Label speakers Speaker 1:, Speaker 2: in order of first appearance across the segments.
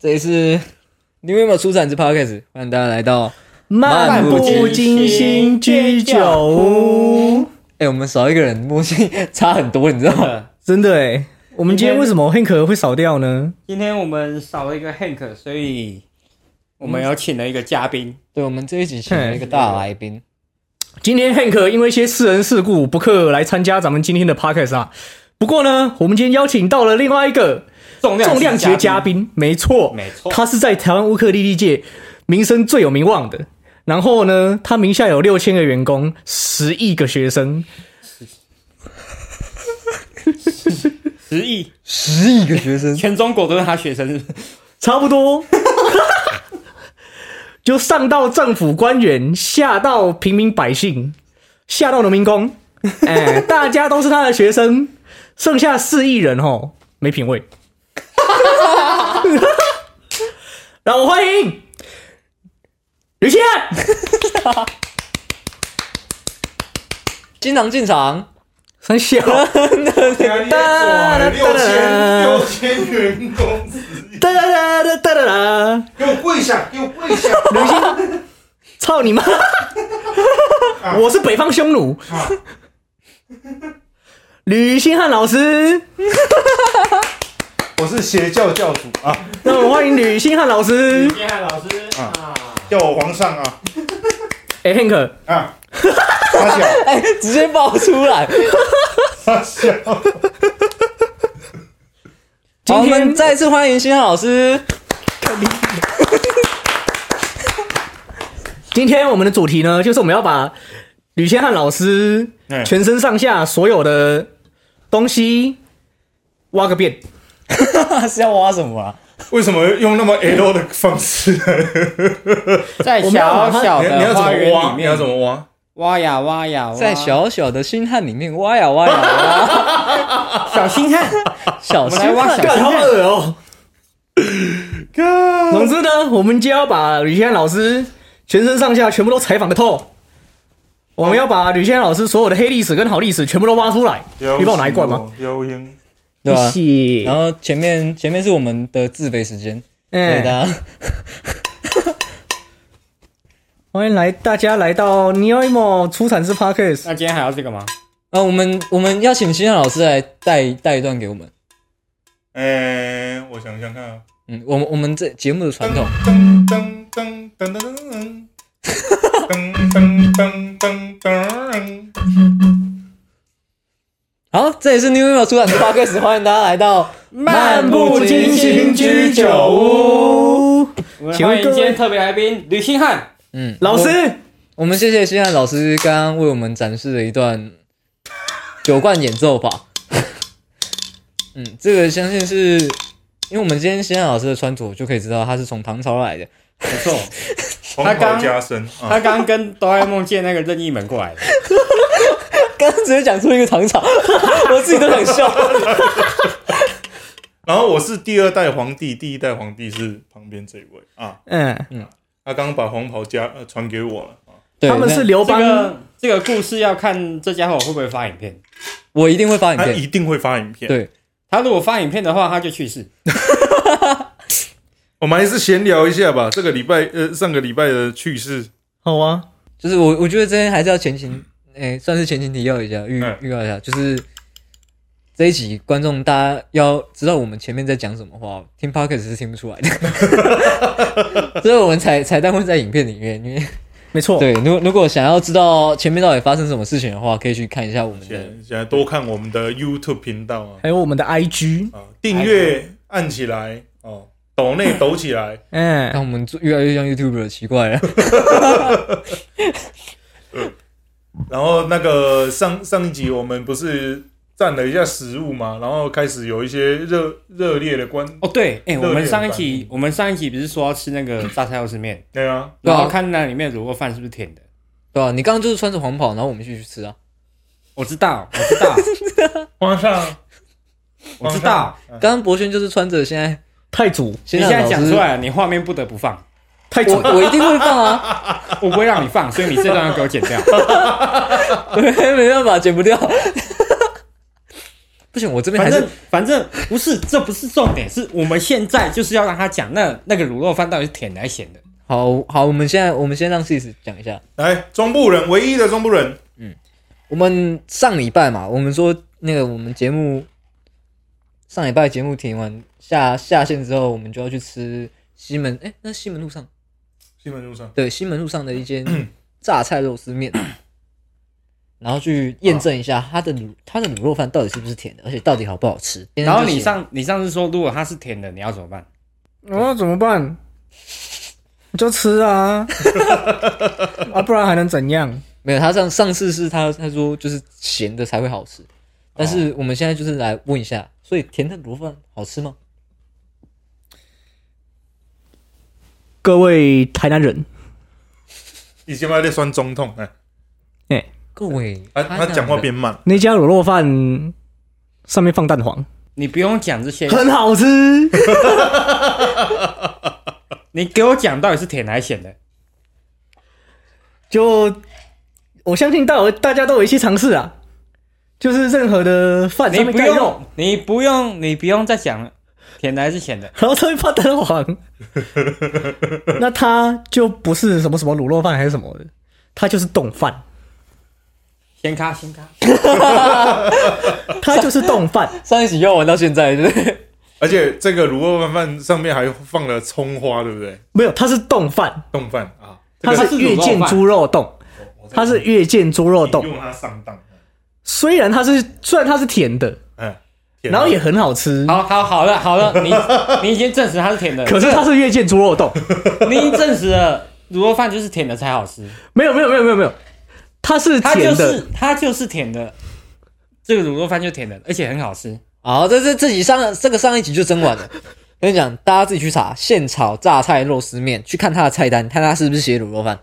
Speaker 1: 这里是你有没有出产之 Podcast，欢迎大家来到。
Speaker 2: 漫
Speaker 1: 漫不
Speaker 2: 不经心居酒屋。
Speaker 1: 哎、我们少一个人，默契差很多，你知道吗？
Speaker 2: 真的哎，我们今天为什么 Hank 会少掉呢？
Speaker 3: 今天我们少了一个 Hank，所以我们有请了一个嘉宾。
Speaker 1: 对，我们这一集请了一个大来宾，
Speaker 2: 今天 Hank 因为一些私人事故不克来参加咱们今天的 Podcast 啊。不过呢，我们今天邀请到了另外一个
Speaker 3: 重量
Speaker 2: 重量级的嘉
Speaker 3: 嘉，
Speaker 2: 宾，没错，
Speaker 3: 没错
Speaker 2: 他是在台湾乌克丽丽界名声最有名望的。然后呢，他名下有六千个员工，十亿个学生，
Speaker 3: 十亿，
Speaker 1: 十亿个学生，
Speaker 3: 全中国都是他学生，是不是
Speaker 2: 差不多，就上到政府官员，下到平民百姓，下到农民工，哎，大家都是他的学生，剩下四亿人哦，没品味。 让我欢迎吕倩，
Speaker 1: 经常进场，
Speaker 2: 三 小，
Speaker 4: 六千六千员工，
Speaker 2: 哒哒哒哒哒哒哒，
Speaker 4: 给我跪下，给我跪下！
Speaker 2: 操你妈！我是北方匈奴，吕星汉老师。
Speaker 4: 我是邪教教主啊，
Speaker 2: 那我们欢迎吕星汉老师。
Speaker 3: 叶汉老师
Speaker 4: 啊叫我皇上啊
Speaker 2: 哎、h a n k
Speaker 4: 啊！傻小，
Speaker 1: 哎、直接爆出 来。
Speaker 4: 傻小，
Speaker 1: 好，
Speaker 2: 今
Speaker 1: 我
Speaker 2: 天
Speaker 1: 们再次欢迎新汉老师。
Speaker 2: 今天我们的主题呢，就是我们要把吕星汉老师
Speaker 4: 哎
Speaker 2: 全身上下所有的东西挖个遍。
Speaker 1: 是要挖什么啊？
Speaker 4: 为什么用那么 L 的方式？
Speaker 3: 在小小
Speaker 4: 你要
Speaker 3: 的
Speaker 4: 怎
Speaker 3: 花
Speaker 4: 么
Speaker 3: 园
Speaker 4: 挖？
Speaker 3: 里
Speaker 4: 你要
Speaker 3: 面
Speaker 4: 怎么挖？
Speaker 3: 挖呀挖呀，挖
Speaker 1: 在小小的星汉里面挖呀挖呀 挖，
Speaker 3: 小星汉，
Speaker 1: 小
Speaker 3: 我
Speaker 1: 星
Speaker 3: 们来挖
Speaker 1: 汉
Speaker 3: 小
Speaker 2: 干好恶哦、总之呢，我们就要把吕星汉老师全身上下全部都采访个透。我们要把吕星汉老师所有的黑历史跟好历史全部都挖出来。你帮我拿一罐吗？？
Speaker 4: 妖鹰，
Speaker 1: 对吧？
Speaker 2: 谢
Speaker 1: 然后前面前面是我们的自肥时间，给
Speaker 2: 哎、
Speaker 1: 大家
Speaker 2: 欢迎来大家来到 Neoimo 出产之 Parkes。
Speaker 3: 那今天还要这个吗？
Speaker 1: 啊，我们我们要请新汉老师来带带一段给我们。
Speaker 4: 哎，我想想看啊，
Speaker 1: 嗯，我们我们这节目的传统，
Speaker 4: 噔噔噔噔噔噔噔噔噔噔噔。
Speaker 1: 好，这里是 New Email 出版 的 Podcast，欢迎大家来到漫
Speaker 2: 不经心
Speaker 4: 居酒
Speaker 1: 哦
Speaker 2: 屋。
Speaker 3: 我们
Speaker 2: 请问
Speaker 3: 欢迎
Speaker 2: 各
Speaker 3: 今
Speaker 2: 位
Speaker 3: 天特别来宾吕星汉，
Speaker 1: 嗯，
Speaker 2: 老师，
Speaker 1: 我们谢谢新汉老师刚刚为我们展示了一段酒罐演奏法。 嗯，这个相信是因为我们今天新汉老师的穿着就可以知道他是从唐朝来的。
Speaker 3: 没错，
Speaker 4: 黄袍加身 啊
Speaker 3: 他！刚刚跟哆啦 A 梦借那个任意门过 来的，
Speaker 1: 刚刚直接讲出一个唐朝，我自己都想笑。
Speaker 4: 然后我是第二代皇帝，第一代皇帝是旁边这一位啊。
Speaker 2: 嗯，
Speaker 4: 他刚刚把黄袍加呃传给我了啊。
Speaker 1: 对，
Speaker 2: 他们
Speaker 1: 那
Speaker 2: 是刘
Speaker 3: 这
Speaker 2: 邦，
Speaker 3: 个这个故事要看这家伙会不会发影片。
Speaker 1: 我一定会发影
Speaker 4: 他
Speaker 1: 片。
Speaker 4: 一定会发影片。
Speaker 1: 对，
Speaker 3: 他如果发影片的话，他就去世。
Speaker 4: 我们还是闲聊一下吧。这个礼拜，呃，上个礼拜的趣事，
Speaker 2: 好啊，
Speaker 1: 就是我我觉得这边还是要前情，哎、算是前情提要一下，预
Speaker 4: 嗯
Speaker 1: 预告一下，就是这一集观众大家要知道我们前面在讲什么话，听 p o c k e t 是听不出来的， 所以我们彩彩蛋会在影片里面，因为
Speaker 2: 没
Speaker 3: 哦
Speaker 2: 错，
Speaker 1: 对，如如果想要知道前面到底发生什么事情的话，可以去看一下我们
Speaker 4: 现
Speaker 1: 的。
Speaker 4: 在现在多看我们的 YouTube 频道啊，
Speaker 2: 还有我们的 IG，
Speaker 4: 啊，订阅按起来哦，抖内抖起来。
Speaker 2: 嗯，
Speaker 1: 看我们做越来越像 YouTuber，了奇怪了。
Speaker 4: 然后那个上上一集我们不是蘸了一下食物嘛，然后开始有一些热热烈的观，
Speaker 3: 哦，对，哎、
Speaker 4: 热
Speaker 3: 我
Speaker 4: 烈
Speaker 3: 们
Speaker 4: 的
Speaker 3: 上一
Speaker 4: 反
Speaker 3: 集
Speaker 4: 应
Speaker 3: 我们上一集不是说要吃那个榨菜肉丝面，
Speaker 4: 对啊，
Speaker 1: 对啊
Speaker 3: 然后看那里面卤肉饭是不是甜的？
Speaker 1: 对吧、你刚刚就是穿着黄袍，然后我们一起去吃啊。
Speaker 3: 我知道，我知道，
Speaker 4: 皇上，
Speaker 3: 我知道。
Speaker 4: 皇上，
Speaker 1: 刚刚博轩就是穿着现在
Speaker 2: 太祖，
Speaker 3: 你
Speaker 1: 现
Speaker 3: 现
Speaker 1: 在
Speaker 3: 在讲出来了，你画面不得不放，
Speaker 2: 太
Speaker 1: 我
Speaker 2: 祖，
Speaker 1: 我一定会放啊，
Speaker 3: 我不会让你放，所以你这段 要给我剪掉。
Speaker 1: 没办法，剪不掉。不行，我这边还
Speaker 3: 反正
Speaker 1: 是
Speaker 3: 反正不是，这不是重点，是我们现在就是要让他讲那那个卤肉饭到底是甜的还是咸的。
Speaker 1: 好好，我们现在我们先让 Sis 讲一下。
Speaker 4: 来，中部人唯一的中部人，
Speaker 1: 我们上礼拜嘛，我们说那个我们节目上礼拜节目停完下下线之后，我们就要去吃西门哎、那西门路上
Speaker 4: 西门路上
Speaker 1: 对西门路上的一间
Speaker 3: 嗯
Speaker 1: 榨菜肉丝面，然后去验证一下它的卤它的卤肉饭到底是不是甜的，而且到底好不好吃。
Speaker 3: 然后
Speaker 1: 今天就
Speaker 3: 你
Speaker 1: 写
Speaker 3: 上你上次说，如果它是甜的，你要怎么办？
Speaker 2: 我说怎么办？你就吃 啊，啊，不然还能怎样？
Speaker 1: 没有他上上次是他他说就是咸的才会好吃，但
Speaker 4: 哦
Speaker 1: 是我们现在就是来问一下，所以甜的卤肉饭好吃吗？
Speaker 2: 各位台南人，
Speaker 4: 以前还在酸中痛，哎，
Speaker 2: 哎、
Speaker 1: 各位，
Speaker 4: 呃他他讲话变慢，
Speaker 2: 那家卤肉饭上面放蛋黄，
Speaker 3: 你不用讲 这些，
Speaker 2: 很好吃。
Speaker 3: 你给我讲到底是甜还是咸的。
Speaker 2: 就我相信大有大家都有一些尝试啊，就是任何的饭
Speaker 3: 你
Speaker 2: 上面
Speaker 3: 不
Speaker 2: 盖肉
Speaker 3: 用，，你不用，你不用再讲了，甜的还是咸的。
Speaker 2: 然后上面放蛋 黄，那它就不是什么什么卤肉饭还是什么的，它就是冻饭，
Speaker 3: 先咖，先咖。
Speaker 2: 它就是冻饭。
Speaker 1: 上一集要玩到现在，对不对？
Speaker 4: 而且这个卤肉饭饭上面还放了葱花，对不对？
Speaker 2: 没有，它是冻饭，
Speaker 4: 冻饭啊，这
Speaker 2: 它
Speaker 4: 个
Speaker 2: 是月见猪肉冻，它是月见猪肉冻。
Speaker 4: 用它上当，
Speaker 2: 虽然它是虽然它是甜的，
Speaker 4: 哎，天哪
Speaker 2: 然后也很好吃，
Speaker 3: 好好好了 好了，你你已经证实它是甜的，
Speaker 2: 可是它是月见猪 肉冻。
Speaker 3: 你已经证实了卤肉饭就是甜的才好吃，
Speaker 2: 没有没有没有没有没有，它是
Speaker 3: 它
Speaker 2: 甜
Speaker 3: 就
Speaker 2: 的，
Speaker 3: 是它就是甜的，这个卤肉饭就甜的，而且很好吃。
Speaker 1: 好，这这这集上这个上一集就真 完了。跟你讲，大家自己去查现炒榨菜肉丝面，去看它的菜单，看它是不是写卤肉饭。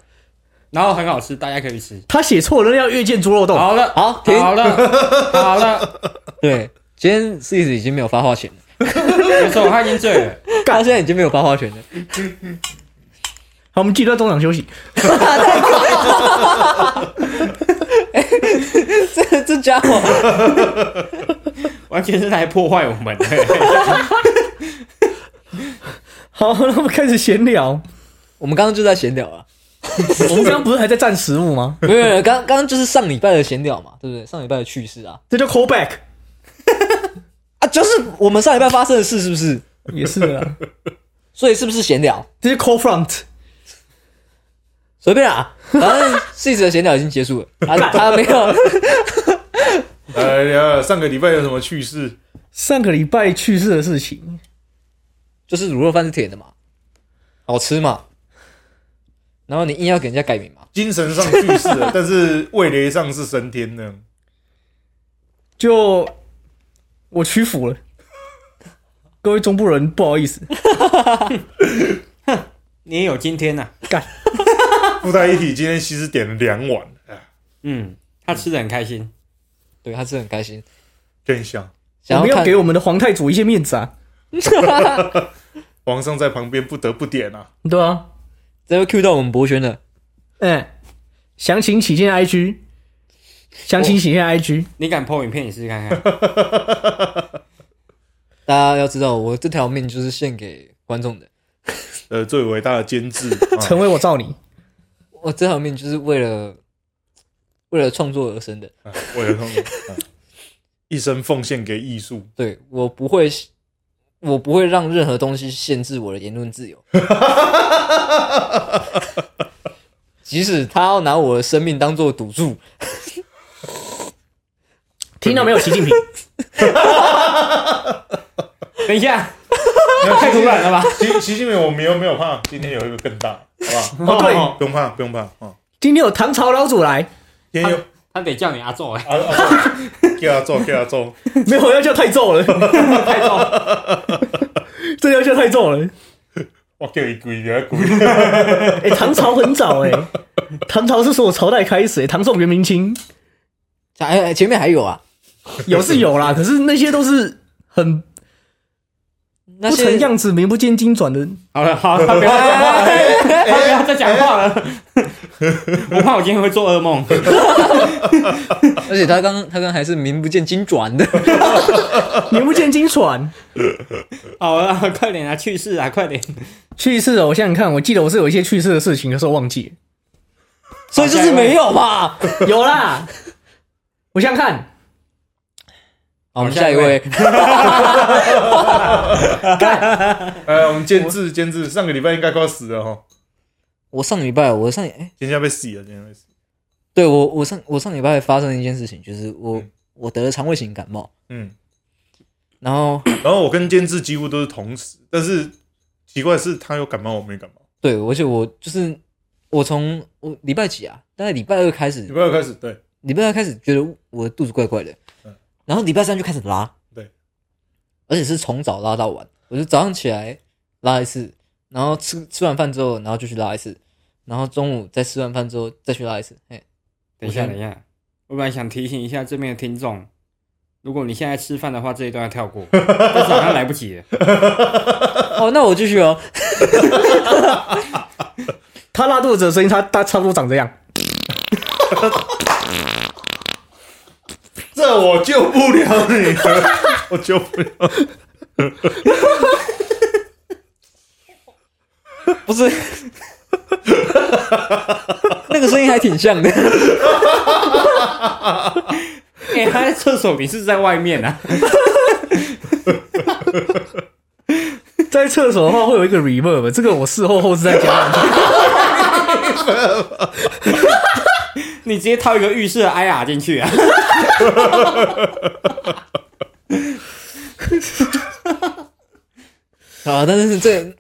Speaker 3: 然后很好吃，大家可以去吃。
Speaker 2: 他写错了，那叫月见猪肉冻。
Speaker 3: 哦好了，
Speaker 1: 好停
Speaker 3: 好了， 好了，
Speaker 1: 对，今天 Sis 已经没有发话权了，
Speaker 3: 没错，他已经醉了。
Speaker 1: 他现在已经没有发话权了。
Speaker 2: 好，我们记得中场休息。
Speaker 1: 这这家伙，
Speaker 3: 完全是来破坏我们的。
Speaker 2: 好，那我们开始闲 聊。
Speaker 1: 我们刚刚就在闲聊啊，
Speaker 2: 我们刚刚不是还在蘸食物吗？
Speaker 1: 没有没有，刚刚刚就是上礼拜的闲聊嘛，对不对？上礼拜的趣事啊，
Speaker 2: 这叫 call back，
Speaker 1: 啊，就是我们上礼拜发生的事，是不是？
Speaker 2: 也是啊，
Speaker 1: 所以是不是闲聊？
Speaker 2: 这是 call front。
Speaker 1: 随便啊，反正 Sis 的闲聊已经结束 了，他他没有，
Speaker 4: 来聊哎聊上个礼拜有什么趣事？
Speaker 2: 上个礼拜去世的事情，
Speaker 1: 就是卤肉饭是甜的嘛，好吃嘛，然后你硬要给人家改名嘛，
Speaker 4: 精神上去世 了，但是味蕾上是升天的。
Speaker 2: 就我屈服了。各位中部人，不好意思，
Speaker 3: 你也有今天啊呐、
Speaker 2: 干
Speaker 4: 附带一体，今天其实点了两碗，哎，
Speaker 3: 嗯，他吃的很开心。
Speaker 1: 对他是很开心，
Speaker 4: 真香。
Speaker 2: 我
Speaker 1: 想
Speaker 2: 们
Speaker 1: 要
Speaker 2: 要
Speaker 1: 看
Speaker 2: 给我们的皇太祖一些面子啊。
Speaker 4: 皇上在旁边不得不点啊，
Speaker 2: 对啊，
Speaker 1: 这又 Q 到我们博轩了，
Speaker 2: 嗯，详情起见 IG，详情起见 IG。
Speaker 3: 你敢 PO 影片，你试试看 看。
Speaker 1: 大家要知道我这条命就是献给观众的，
Speaker 4: 呃，最伟大的监 制，
Speaker 2: 成
Speaker 4: 啊、
Speaker 2: 为我罩你，
Speaker 1: 我这条命就是为了为了创作而生的，
Speaker 4: 啊为了他们、啊一生奉献给艺术。
Speaker 1: 对我不会，我不会让任何东西限制我的言论自由。即使他要拿我的生命当做赌注，
Speaker 2: 听到没有？习近平，
Speaker 3: 等一下， 太突然了吧？
Speaker 4: 习习近平，我们又没有怕，今天有一个更大，好不好？
Speaker 2: 哦对
Speaker 4: 哦不用怕，不用怕啊、哦
Speaker 2: 今天有唐朝老祖来，
Speaker 4: 今天有
Speaker 3: 他得叫你阿宙哎、
Speaker 4: 啊啊， 给他做，给他做，
Speaker 2: 没有要叫太重了，太重，这要叫太重了。
Speaker 4: 我叫一跪，给他跪。
Speaker 2: 哎、唐朝很早哎、唐朝是从我朝代开始、哎唐宋元明清
Speaker 1: 哎哎，前面还有啊，
Speaker 2: 有是有啦，可是那些都是很
Speaker 1: 那
Speaker 2: 不
Speaker 1: 些
Speaker 2: 成样子、名不见经传的。
Speaker 3: 好了好了，他不要再讲话了，他不要再讲话了。我怕我今天会做噩梦。
Speaker 1: 而且他刚他刚还是名不见经传的，
Speaker 2: 名不见经传。
Speaker 3: 好了，快点啊，去世啊，快点！
Speaker 2: 去世了，我想想看，我记得我是有一些去世的事情，可是我忘记
Speaker 1: 所以就是没有嘛。
Speaker 2: 了。有啦，我想想看，
Speaker 1: 好，我们下一位，
Speaker 4: 哎，我们监制监制，上个礼拜应该快要死了哈，
Speaker 1: 我上礼拜我上哎，
Speaker 4: 今天要被洗了，今天要被洗。
Speaker 1: 对我我上我上礼拜发生了一件事情，就是我、我得了肠胃型感冒，
Speaker 4: 嗯，
Speaker 1: 然后
Speaker 4: 然后我跟监制几乎都是同时，但是奇怪的是他有感冒，我没感冒。
Speaker 1: 对，而且我就是我从我礼拜几啊，大概礼拜二开始
Speaker 4: 礼，拜二开始，对，
Speaker 1: 礼拜二开始觉得我的肚子怪怪的
Speaker 4: 嗯，
Speaker 1: 然后礼拜三就开始拉，
Speaker 4: 对，
Speaker 1: 而且是从早拉到晚，我就早上起来拉一次，然后吃吃完饭之后，然后就去拉一次，然后中午再吃完饭之后再去拉一次，嘿，
Speaker 3: 等一下，等一下，我本来想提醒一下这边的听众，如果你现在吃饭的话，这一段要跳 过，但是好像来不 及了。
Speaker 1: 哦，那我继续哦，
Speaker 2: 他拉肚子的声音，他他差不多长这样。
Speaker 4: 这我救不了你了， 我救不了。
Speaker 1: 不是，那个声音还挺像的，
Speaker 3: 哎、他在厕所，你是在外面啊？
Speaker 2: 在厕所的话会有一个 reverb，这个我事后后置再加上去。
Speaker 3: 你直接套一个浴室的 IR 进去啊？
Speaker 1: 啊，但是这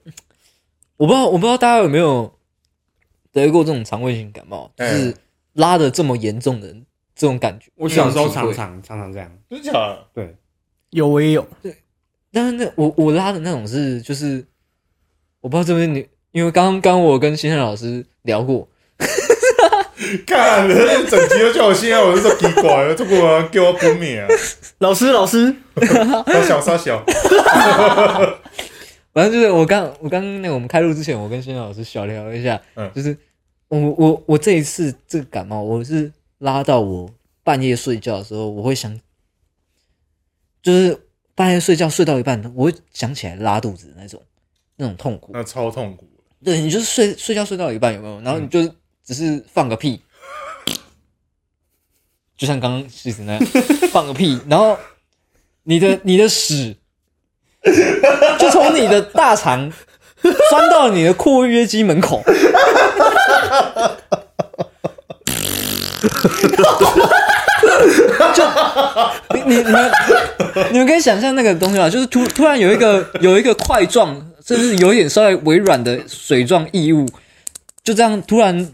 Speaker 1: 我不知道，我不知道大家有没有得过这种肠胃型感冒，就
Speaker 4: 嗯
Speaker 1: 是拉的这么严重的这种感觉。
Speaker 3: 我小时候
Speaker 1: 这种
Speaker 3: 常
Speaker 1: 体会，
Speaker 3: 常常常这样，
Speaker 4: 真假的？
Speaker 3: 对，
Speaker 2: 有我也有，
Speaker 1: 但是那我我拉的那种是就是，我不知道这边你，因为刚刚我跟新生老师聊过，
Speaker 4: 干，整集都叫我现在，我就说奇怪了，这个人给我不灭啊！
Speaker 2: 老师老师，
Speaker 4: 我小杀小，
Speaker 1: 反正就是我刚我刚那个我们开录之前，我跟新生老师小聊了一下，
Speaker 4: 嗯
Speaker 1: 就是我我我这一次这个感冒，我是拉到我半夜睡觉的时候，我会想，就是半夜睡觉睡到一半，我会想起来拉肚子的那种那种痛苦。
Speaker 4: 那超痛苦。
Speaker 1: 对，你就是睡睡觉睡到一半有没有？然后你就只是放个屁，就像刚刚西子那样放个屁，然后你的你的屎就从你的大肠钻到你的括约肌门口，就你你你们你们可以想象那个东西吧，就是突突然有一个有一个块状，甚至有一点稍微微软的水状异物，就这样突然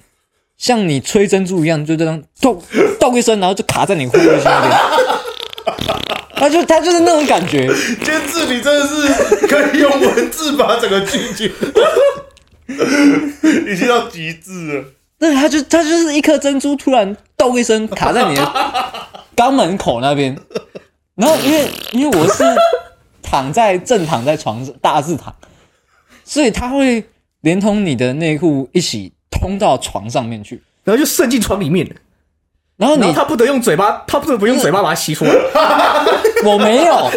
Speaker 1: 像你吹珍珠一样，就这样咚咚一声，然后就卡在你括约肌那边。他就他就是那种感觉，
Speaker 4: 监制，你真的是可以用文字把整个剧情， 已经到极致了。
Speaker 1: 那他就他就是一颗珍珠突然咚一声卡在你的肛门口那边，然后因为因为我是躺在正躺在床上大字躺，所以它会连同你的内裤一起通到床上面去，
Speaker 2: 然后就渗进床里面了。
Speaker 1: 然后你
Speaker 2: 然后他不得用嘴巴，他不得不用嘴巴把它吸出来。
Speaker 1: 我没有，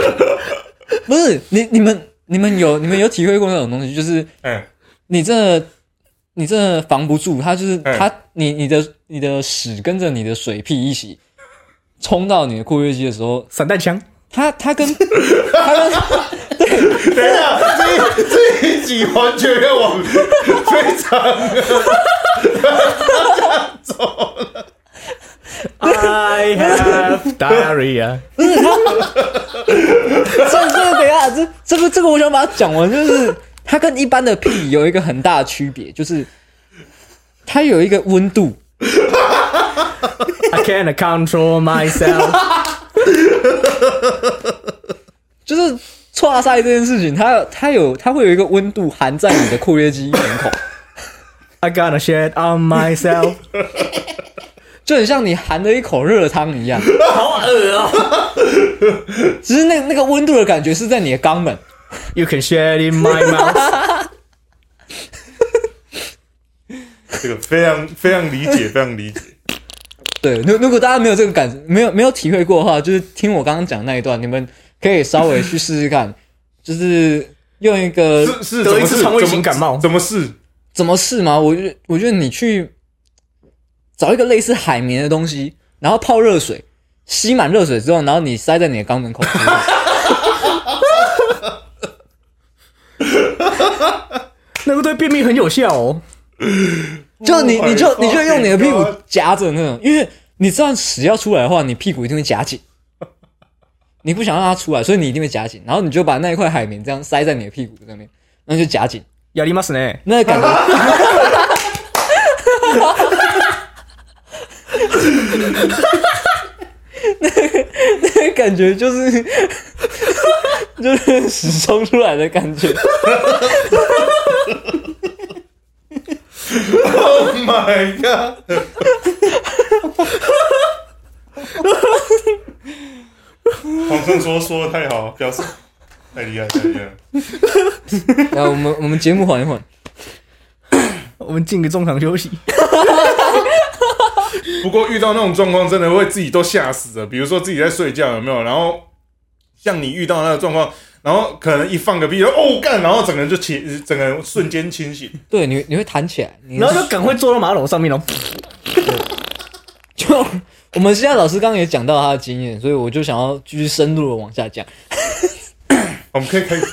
Speaker 1: 不是你你们你们有你们有体会过那种东西，就是
Speaker 4: 哎，
Speaker 1: 你这你这防不住，它就是
Speaker 4: 哎
Speaker 1: 它，你你的你的屎跟着你的水屁一起冲到你的括约肌的时候，
Speaker 2: 散弹枪，
Speaker 1: 它它跟它跟
Speaker 4: 等一下，这一这一集完全要往非常
Speaker 2: I have diarrhea。
Speaker 1: 这这个等一下，这这个这个我想把它讲完，就是它跟一般的屁有一个很大的区别，就是它有一个温度，
Speaker 2: I can't control myself。
Speaker 1: 就是搓塞这件事情，它它有它会有一个温度含在你的括约肌门口，
Speaker 2: I gotta shed on myself。
Speaker 1: 就很像你含了一口热汤一样，
Speaker 2: 好恶哦。
Speaker 1: 只是那那个温度的感觉是在你的肛门。
Speaker 2: You can shed in my mouth。
Speaker 4: 这个非常非常理解，非常理解。
Speaker 1: 对，如如果大家没有这个感，没有没有体会过的话，就是听我刚刚讲那一段，你们可以稍微去试试看， 就是用一个
Speaker 4: 是是，
Speaker 2: 得
Speaker 4: 怎么
Speaker 2: 一次
Speaker 4: 是
Speaker 2: 肠胃
Speaker 4: 怎么
Speaker 2: 型感冒
Speaker 4: 怎么是？
Speaker 1: 怎么试嘛？我觉得我觉得你去找一个类似海绵的东西，然后泡热水，吸满热水之后，然后你塞在你的肛门口，
Speaker 2: 那个对便秘很有效哦。
Speaker 1: 就嗯你
Speaker 4: Oh my
Speaker 1: 你就你就用你的屁股
Speaker 4: God
Speaker 1: 夹着那种，因为你这样屎要出来的话，你屁股一定会夹 紧。你不想让它出来，所以你一定会夹紧，然后你就把那一块海绵这样塞在你的屁股上面，那就夹紧，
Speaker 2: 亚历马斯呢？
Speaker 1: 那个感觉感觉就是 就是屎冲出来的感觉。
Speaker 4: Oh my god！黄胜说说的太好，表示太厉害，太厉害。
Speaker 1: 然后我们我们节目缓一缓，
Speaker 2: 我们进个中场休息。
Speaker 4: 不过遇到那种状况，真的会自己都吓死的。比如说自己在睡觉，有没有？然后像你遇到那个状况，然后可能一放个屁，哦干，然后整个人就清，整个人瞬间清醒。
Speaker 1: 对你你会弹起来，你
Speaker 2: 然后就赶快坐到马桶上面哦。
Speaker 1: 就我们现在老师刚刚也讲到他的经验，所以我就想要继续深入的往下讲。
Speaker 4: 我们可以开始，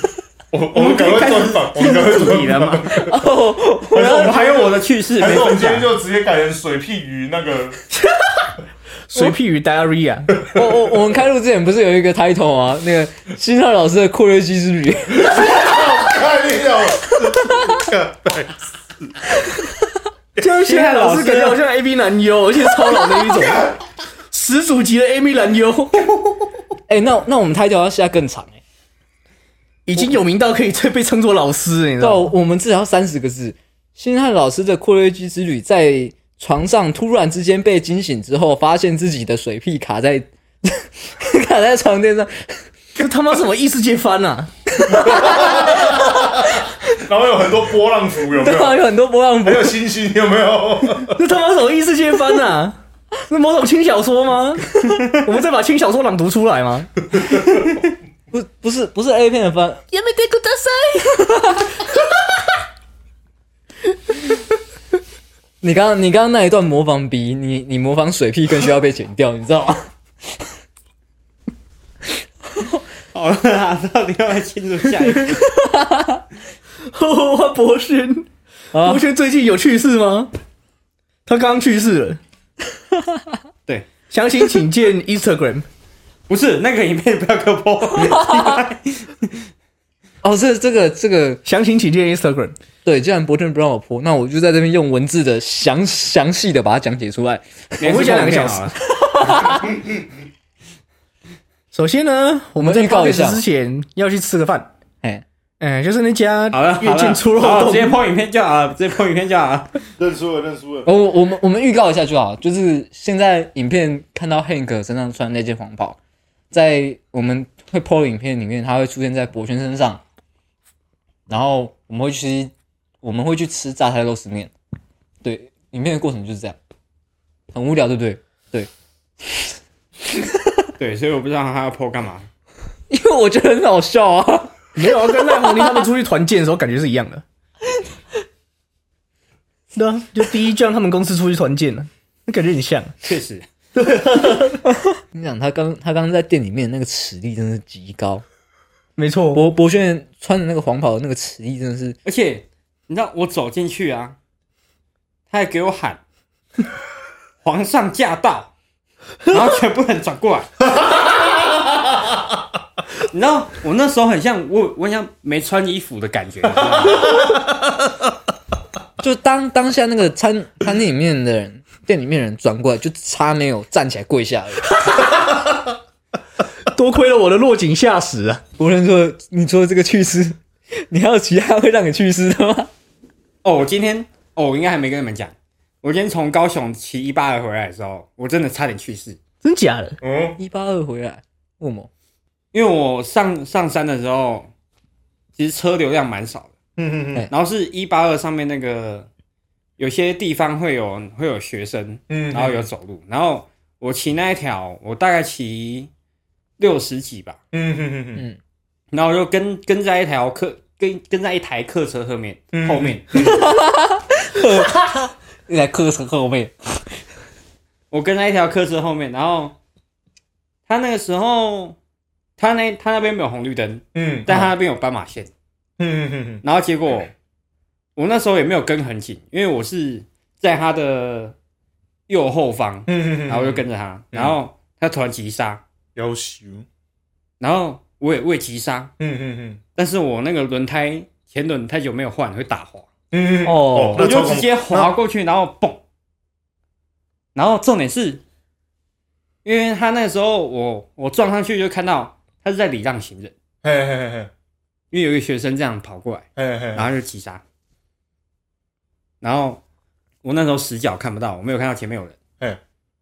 Speaker 4: 我我们赶快专访，我们赶快
Speaker 3: 主题了吗
Speaker 4: 专访。？
Speaker 1: 哦，我
Speaker 3: 我
Speaker 1: 要
Speaker 3: 还有我的趣事
Speaker 4: 还
Speaker 3: 没
Speaker 4: 是我们
Speaker 3: 分
Speaker 4: 今
Speaker 3: 享
Speaker 4: 天。就直接改成水屁鱼那个？
Speaker 2: 水屁与 diarrhea，
Speaker 1: 我我我们开录之前不是有一个 title 啊，那个新浩老师的括约肌之旅。
Speaker 4: 太厉害了！干白
Speaker 2: 江
Speaker 3: 现在老师
Speaker 2: 感觉好像 A B 男优，而且超老的一 种，始祖级的 A B 男优，
Speaker 1: 哎、那那我们 title 要下更长哎、
Speaker 2: 已经有名到可以被称作老师，你知
Speaker 1: 对啊，
Speaker 2: 道吗？
Speaker 1: 我们至少要三十个字。星汉老师的括约肌之旅，在床上突然之间被惊醒之后，发现自己的水屁卡在 卡在床垫上，
Speaker 2: 这他妈什么异世界番啊？
Speaker 4: 然后有很多波浪符，有没
Speaker 1: 对啊，
Speaker 4: 有？
Speaker 1: 有很多波浪符
Speaker 4: 还。有星星，有没有？
Speaker 2: 这他妈什么异世界番啊？是某种轻小说 吗？我们再把轻小说朗读出来 吗？
Speaker 1: 不不是不是 A 片的番，
Speaker 2: やめてください。
Speaker 1: 你刚刚你刚刚那一段模仿比你你模仿水屁更需要被剪掉，你知道吗？
Speaker 3: 好了啦，到底要不要进入下一 个？
Speaker 2: 哇，博轩，
Speaker 1: 啊
Speaker 2: 博轩最近有去世吗？他刚去世了，
Speaker 3: 对，
Speaker 2: 详情请见 Instagram。
Speaker 3: 不是那个影片不要给我 播。
Speaker 1: 哦，这这个这个
Speaker 2: 详情请见 Instagram。
Speaker 1: 对，既然博正不让我泼，那我就在这边用文字的详详细的把它讲解出来。
Speaker 3: 我
Speaker 2: 会讲两个小时首先呢，我们在
Speaker 1: 预告一下
Speaker 2: podcast 之前要去吃个饭，
Speaker 1: 哎，
Speaker 2: 嗯，就是那家
Speaker 3: 好了，好
Speaker 2: 月
Speaker 3: 了，
Speaker 2: 见出肉
Speaker 3: 好了
Speaker 2: 冻
Speaker 3: 直，接播影片就好了，直接播影片就好了。
Speaker 4: 认输了，认输了。
Speaker 1: 哦，我我们我们预告一下就好，就是现在影片看到 Hank 身上穿那件黄袍，在我们会 PO 的影片里面，它会出现在博轩身上，然后我们会去我们会去吃榨菜肉丝面，对，影片的过程就是这样，很无聊，对不对？
Speaker 3: 对，所以我不知道他要播干嘛。
Speaker 1: 因为我觉得很好笑啊，
Speaker 2: 没有跟赖鸿林他们出去团建的时候感觉是一样的。 对啊，就第一就让他们公司出去团建了，啊那感觉很像。
Speaker 3: 确实，
Speaker 1: 你想他刚他刚刚在店里面那个齿力真的是极高，
Speaker 2: 没错，
Speaker 1: 博博轩穿的那个黄袍的那个齿力真的是，
Speaker 3: 而且你知道我走进去啊，他还给我喊“皇上驾到”，然后全部人转过来。你知道我那时候很像我，我很像没穿衣服的感觉，你知道吗？
Speaker 1: 就当当下那个餐餐厅里面的人。店里面人转过来，就差没有站起来跪下而已。
Speaker 2: 多亏了我的落井下石啊！
Speaker 1: 无论说你说这个去世，你还有其他会让你去世的吗？
Speaker 3: 哦，我今天哦，我应该还没跟你们讲，我今天从高雄骑一八二回来的时候，我真的差点去世，
Speaker 2: 真假的？
Speaker 4: 嗯，
Speaker 1: 一八二回来，为什么？
Speaker 3: 因为我上上山的时候，其实车流量蛮少的，
Speaker 4: 嗯嗯嗯
Speaker 1: 哎
Speaker 3: 然后是一八二上面那个有些地方会有会有学生，
Speaker 4: 嗯
Speaker 3: 然后有走路，然后我骑那一条，我大概骑六十几吧，
Speaker 4: 嗯嗯嗯
Speaker 3: 然后我就跟跟在一条客跟跟在一台客车后面、
Speaker 4: 嗯
Speaker 3: 后面，
Speaker 1: 你嗯 来客车后面，
Speaker 3: 我跟在一条客车后面，然后他那个时候他那他那边没有红绿灯，
Speaker 4: 嗯
Speaker 3: 但他那边有斑马线，
Speaker 4: 嗯嗯
Speaker 3: 然后结果我那时候也没有跟很紧，因为我是在他的右后方，
Speaker 4: 嗯
Speaker 3: 然后我就跟着他，然后他突然急刹，
Speaker 4: 要求，
Speaker 3: 然后我也我也急刹，
Speaker 4: 嗯嗯
Speaker 3: 但是我那个轮胎前轮太久没有换，会打滑，
Speaker 4: 嗯嗯
Speaker 1: 哦
Speaker 3: 我就直接滑过去，然后蹦。然后重点是，因为他那时候我我撞上去就看到他是在礼让行人，
Speaker 4: 嘿嘿嘿
Speaker 3: 因为有一个学生这样跑过来，
Speaker 4: 嘿嘿，
Speaker 3: 然后就急刹。然后我那时候死角看不到，我没有看到前面有人，
Speaker 4: 嗯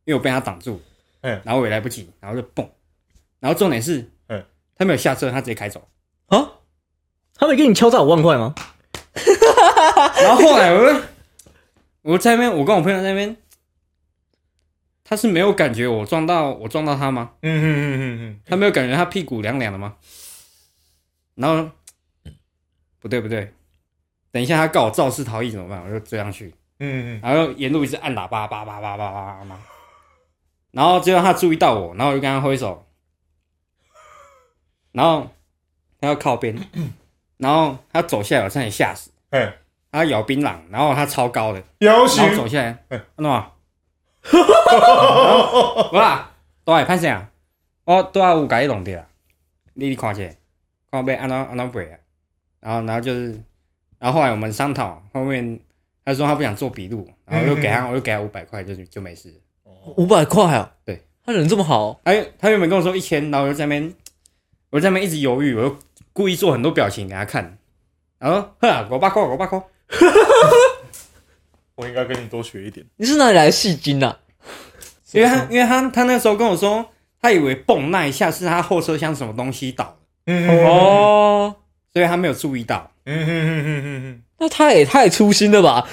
Speaker 3: 因为我被他挡住，
Speaker 4: 嗯
Speaker 3: 然后我也来不及，然后就蹦。然后重点是，
Speaker 4: 嗯
Speaker 3: 他没有下车，他直接开走。
Speaker 2: 他没给你敲诈五万块吗？
Speaker 3: 然后后来我就我在那边，我跟我朋友在那边，他是没有感觉我撞到我撞到他吗？
Speaker 4: 嗯嗯嗯嗯
Speaker 3: 他没有感觉他屁股凉凉的吗？然后不对不对，等一下他告我肇事逃逸怎么办？我就追上去，
Speaker 4: 嗯嗯
Speaker 3: 然后沿路一直按喇叭叭叭叭叭叭叭，然后最后他注意到我，然后我就跟他挥手，然后他要靠边，然后他走下来，我差点吓死。
Speaker 4: 嘿，
Speaker 3: 他咬槟榔，然后他超高的，
Speaker 4: 要求
Speaker 3: 然，后走下来，
Speaker 4: 嗯
Speaker 3: 那 嘛，哇，对，潘先生，我对啊有甲你弄掉啊，你看一下，看要安怎安怎赔啊，然后然后就是，然后后来我们商讨，后面他说他不想做笔录，然后我就给他，我就给他五百块，就就没事。
Speaker 1: 五百块啊！
Speaker 3: 对，
Speaker 1: 他人这么好，
Speaker 3: 哎，他原本跟我说一千，然后我就在那边，我就在那边一直犹豫，我就故意做很多表情给他看，然后呵啊，五百块，五百块，
Speaker 4: 我应该跟你多学一点，
Speaker 1: 你是哪里来的戏精啊？
Speaker 3: 因为他因为他他那时候跟我说，他以为蹦那一下是他后车厢什么东西倒了，
Speaker 4: 嗯
Speaker 1: 哦，
Speaker 3: 所以他没有注意到。
Speaker 4: 嗯嗯嗯嗯
Speaker 1: 那他也太粗心了吧？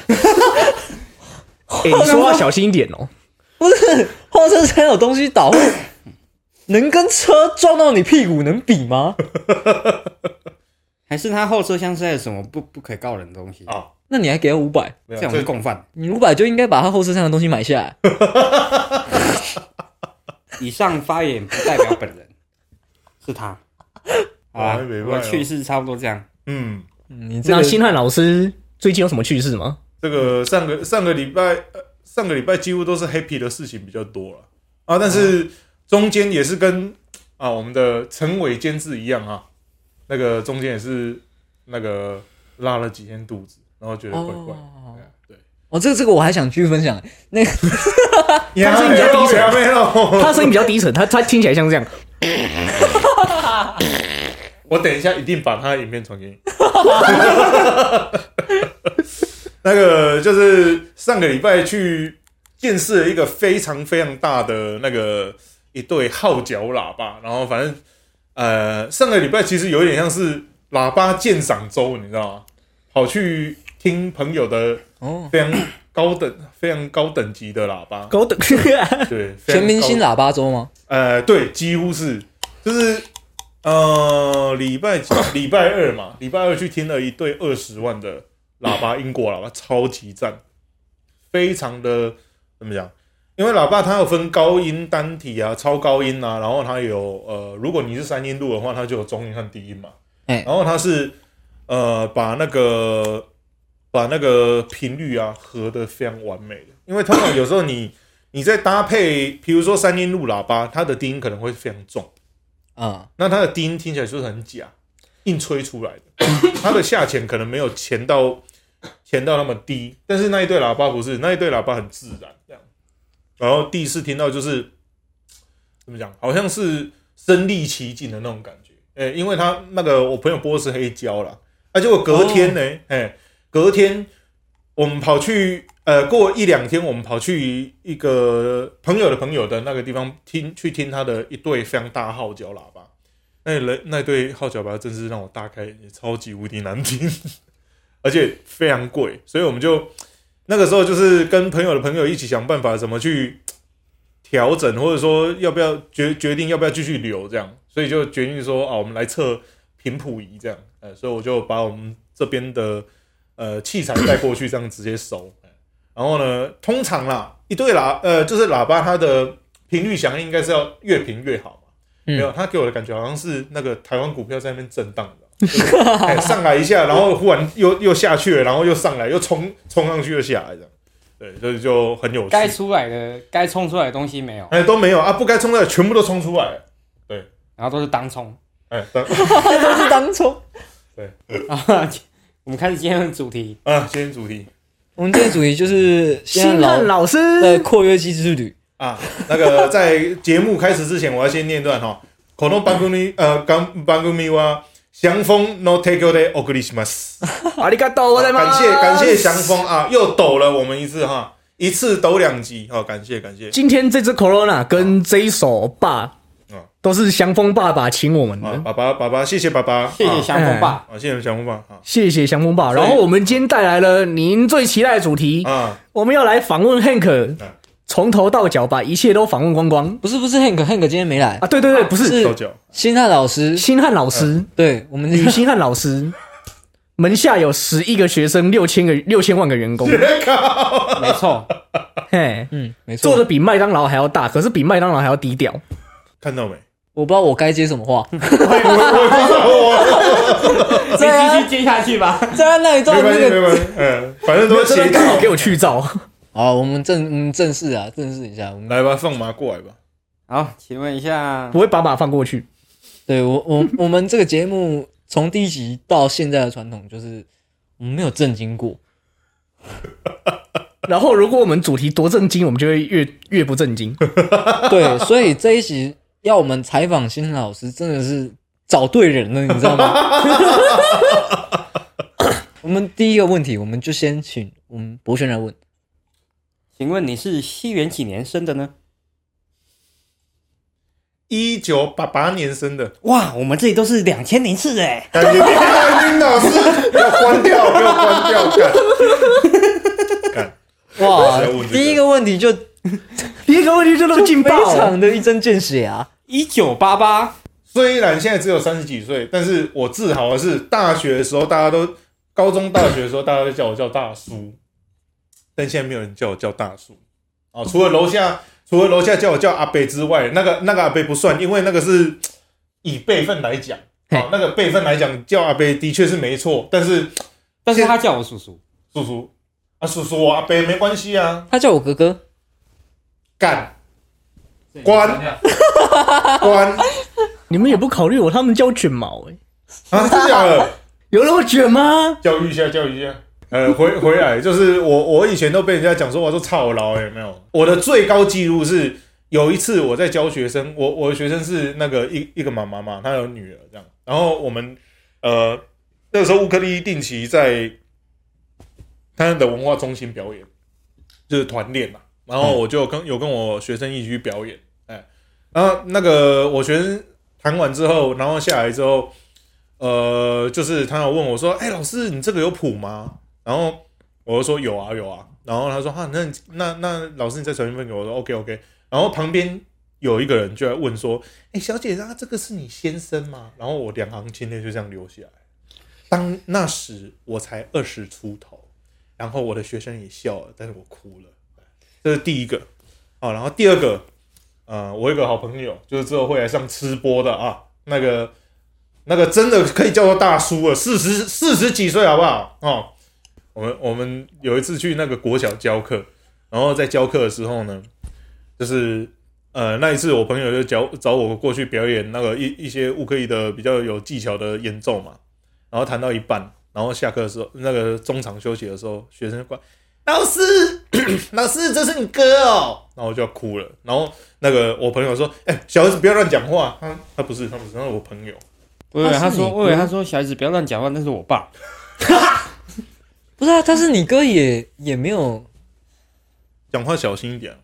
Speaker 2: 哎、你说话小心一点哦。
Speaker 1: 不是，后车厢有东西倒， 能跟车撞到你屁股能比吗？
Speaker 3: 还是他后车厢塞了什么不不可告人的东西
Speaker 4: 嗯，？啊，
Speaker 1: 那你还给他五百，
Speaker 4: 没
Speaker 3: 哦这
Speaker 4: 有
Speaker 3: 种是共犯。
Speaker 1: 你五百就应该把他后车厢的东西买下来。
Speaker 3: 以上发言不代表本人，是 他。好
Speaker 4: 哇
Speaker 3: 啦，
Speaker 4: 那没办法
Speaker 3: 啊我的趣事差不多这样。
Speaker 4: 嗯。
Speaker 1: 嗯你这
Speaker 2: 那
Speaker 1: 个
Speaker 2: 星汉老师最近有什么趣事 吗？
Speaker 4: 这个上个上个礼拜、呃上个礼拜几乎都是 happy 的事情比较多了啊，但是中间也是跟啊我们的陈伟监制一样啊，那个中间也是那个拉了几天肚子，然后觉得怪怪。
Speaker 1: 哦
Speaker 4: 对，
Speaker 1: 哦，这个这个我还想继续分享。那个
Speaker 4: 对，
Speaker 2: 但是你比较低沉
Speaker 4: 呀没有，
Speaker 2: 他的声音比较低沉，他他听起来像这样。
Speaker 4: 我等一下一定把他的影片传给你。 那个就是上个礼拜去见识了一个非常非常大的那个一对号角喇叭，然后反正呃上个礼拜其实有点像是喇叭鉴赏周，你知道吗？跑去听朋友的
Speaker 1: 哦，
Speaker 4: 非常高等、非常高等级的喇叭，
Speaker 2: 高等，
Speaker 4: 对，非常
Speaker 1: 全明
Speaker 4: 高
Speaker 1: 星啊喇叭周吗？
Speaker 4: 呃，对，几乎是，就是呃，礼拜几礼拜二嘛，礼拜二去听了一对二十万的喇叭，英国喇叭超级赞，非常的怎么讲？因为喇叭它有分高音单体啊、超高音啊，然后它有呃，如果你是三音路的话，它就有中音和低音嘛。
Speaker 1: 哎
Speaker 4: 然后它是呃，把那个把那个频率啊合的非常完美的，因为通常有时候你你在搭配，比如说三音路喇叭，它的低音可能会非常重，
Speaker 1: 啊、
Speaker 4: 那它的低音听起来就是很假，硬吹出来的， 它的下潜可能没有潜到潜到那么低，但是那一对喇叭不是，那一对喇叭很自然这样。然后第一次听到就是怎么讲，好像是身临其境的那种感觉，诶、因为他那个我朋友播的是黑胶啦，啊，结果隔天呢，诶、隔天我们跑去呃过一两天，我们跑去一个朋友的朋友的那个地方听去听他的一对非常大号角喇叭，那人那对号角喇叭真是让我大开眼界，超级无敌难听，而且非常贵，所以我们就那个时候就是跟朋友的朋友一起想办法怎么去调整，或者说要不要决决定要不要继续留这样，所以就决定说啊，我们来测频谱仪这样，呃，所以我就把我们这边的呃器材带过去，这样直接收。呃然后呢，通常啦，一对喇呃就是喇叭它的频率响应该是要越频越好嘛，
Speaker 1: 嗯
Speaker 4: 没有，它给我的感觉好像是那个台湾股票在那边震荡的。 哎，上来一下，然后忽然又又下去了，然后又上来，又冲冲上去又下来，这样，对，所以就很有趣。
Speaker 3: 该出来的、该冲出来的东西没有，
Speaker 4: 哎，都没有啊，不该冲的全部都冲出来。
Speaker 3: 然后都是当冲。
Speaker 4: 哎，当
Speaker 1: 都是当初。
Speaker 3: 啊，我们开始今天的主题，
Speaker 4: 啊，今天主题
Speaker 1: 我们今天主题就是现
Speaker 2: 星
Speaker 1: 在
Speaker 2: 汉
Speaker 1: 老
Speaker 2: 老
Speaker 1: 的
Speaker 2: 师，
Speaker 1: 扩约肌之旅。
Speaker 4: 啊，那个在节目开始之前，我要先念一段哈。この番組呃，刚番組は祥峰 no take o お送りします。
Speaker 2: 阿里嘎多，我在
Speaker 4: 感谢感谢祥。峰啊，又抖了我们一次哈，一次抖两集哦，感谢感谢
Speaker 2: 今天这支 Corona 跟这一首爸
Speaker 4: 嗯，
Speaker 2: 都是祥峰爸爸请我们
Speaker 4: 啊，
Speaker 2: 的，
Speaker 4: 爸爸爸爸，谢谢爸爸，
Speaker 3: 谢谢祥峰爸。
Speaker 4: 啊，谢谢祥峰爸啊
Speaker 2: 谢谢祥峰爸。
Speaker 4: 所以
Speaker 2: 然后我们今天带来了您最期待的主题，
Speaker 4: 啊。
Speaker 2: 我们要来访问 Hank，
Speaker 4: 嗯
Speaker 2: 从头到脚把一切都访问光光
Speaker 1: 不是不是，Hank，Hank 今天没来
Speaker 2: 啊！，对对对，不是啊
Speaker 1: 是
Speaker 4: 豆角
Speaker 1: 星汉老师。
Speaker 2: 星汉老师，
Speaker 1: 对我们
Speaker 2: 吕 星汉老师门下有十一个学生，六千个六千万个员工，
Speaker 3: 没错，
Speaker 2: 嘿，
Speaker 1: 嗯，没
Speaker 2: 做
Speaker 1: 错。
Speaker 2: 的比麦当劳还要大，可是比麦当劳还要低调。
Speaker 4: 看到没？
Speaker 1: 我不知道我该接什么话，
Speaker 3: 你继续接下去吧。
Speaker 1: 在那一段
Speaker 4: 没关系，
Speaker 1: 那
Speaker 4: 没
Speaker 1: 个。
Speaker 4: 关系，嗯，反正都
Speaker 2: 这
Speaker 4: 写
Speaker 2: 段刚好给我去照，
Speaker 1: 好，我们正我们正式啊，正式一下。我们
Speaker 4: 来吧，放马过来吧。
Speaker 3: 好，请问一下
Speaker 2: 不，会把马放过去。
Speaker 1: 对我我我们这个节目从第一集到现在的传统就是我们没有震惊过。
Speaker 2: 然后如果我们主题多震惊，我们就会越越不震 惊。
Speaker 1: 对，所以这一集要我们采访新老师，真的是找对人了，你知道 吗？我们第一个问题，我们就先请我们博轩来问。
Speaker 3: 请问你是西元几年生的呢？
Speaker 4: 一九八八年生的，
Speaker 3: 哇，我们这里都是两千零四哎，
Speaker 4: 感觉干丁老师要关掉，不要关掉，干干，
Speaker 1: 哇
Speaker 4: 谁要问这，个
Speaker 1: 第一个问题就
Speaker 2: 第一个问题就那么劲
Speaker 1: 非
Speaker 2: 爆，
Speaker 1: 常的一针见血啊！
Speaker 3: 一九八八，
Speaker 4: 虽然现在只有三十几岁，但是我自豪的是，大学的时候大家都，高中、大学的时候大家都叫我叫大叔，但现在没有人叫我叫大叔哦，除了楼下，除了楼下叫我叫阿贝之外，那个那个阿贝不算，因为那个是以辈分来讲，哦，那个辈分来讲叫阿贝的确是没错，但是
Speaker 3: 但是他叫我叔叔，
Speaker 4: 叔叔啊，叔叔我阿伯没关系啊，
Speaker 1: 他叫我哥哥，
Speaker 4: 干关关
Speaker 2: 你们也不考虑我，他们叫卷毛哎、
Speaker 4: 啊，真假的？
Speaker 2: 有那么卷吗？
Speaker 4: 教育一下，教育一下。呃，回回来就是我，我以前都被人家讲说我都操劳，有没有？我的最高记录是有一次我在教学生，我我的学生是那个一一个妈妈嘛，她有女儿这样，然后我们呃那个时候乌克丽定期在他的文化中心表演，就是团练嘛，然后我就跟有跟我学生一起去表演，哎，然后那个我学生弹完之后，然后下来之后，呃，就是他有问我说：“哎、老师，你这个有谱吗？”然后我就说：“有啊，有啊。”然后他说：“啊，那你那那老师，你再传一份给我。”我说：“OK OK。”然后旁边有一个人就来问说：“哎、小姐，那这个是你先生吗？”然后我两行清泪就这样流下来。当那时我才二十出头，然后我的学生也笑了，但是我哭了。这是第一个啊，然后第二个，呃，我有一个好朋友，就是之后会来上吃播的啊，那个那个真的可以叫做大叔了，四十四十几岁好不好？哦，我们我们有一次去那个国小教课，然后在教课的时候呢，就是呃那一次我朋友就找找我过去表演那个一一些乌克丽的比较有技巧的演奏嘛，然后弹到一半，然后下课的时候，那个中场休息的时候，学生就过来，老师， 老师，这是你哥哦。然后我就要哭了。然后那个我朋友说：“哎、小孩子不要乱讲话。他”他不是，他不是，那是我朋友。
Speaker 3: 我以为
Speaker 1: 他
Speaker 3: 他嗯
Speaker 1: 是你
Speaker 3: 说，
Speaker 1: 哥
Speaker 3: 我以为他说小孩子不要乱讲话，那是我爸。
Speaker 1: 不是啊，他是你哥也也没有
Speaker 4: 讲话小心一点。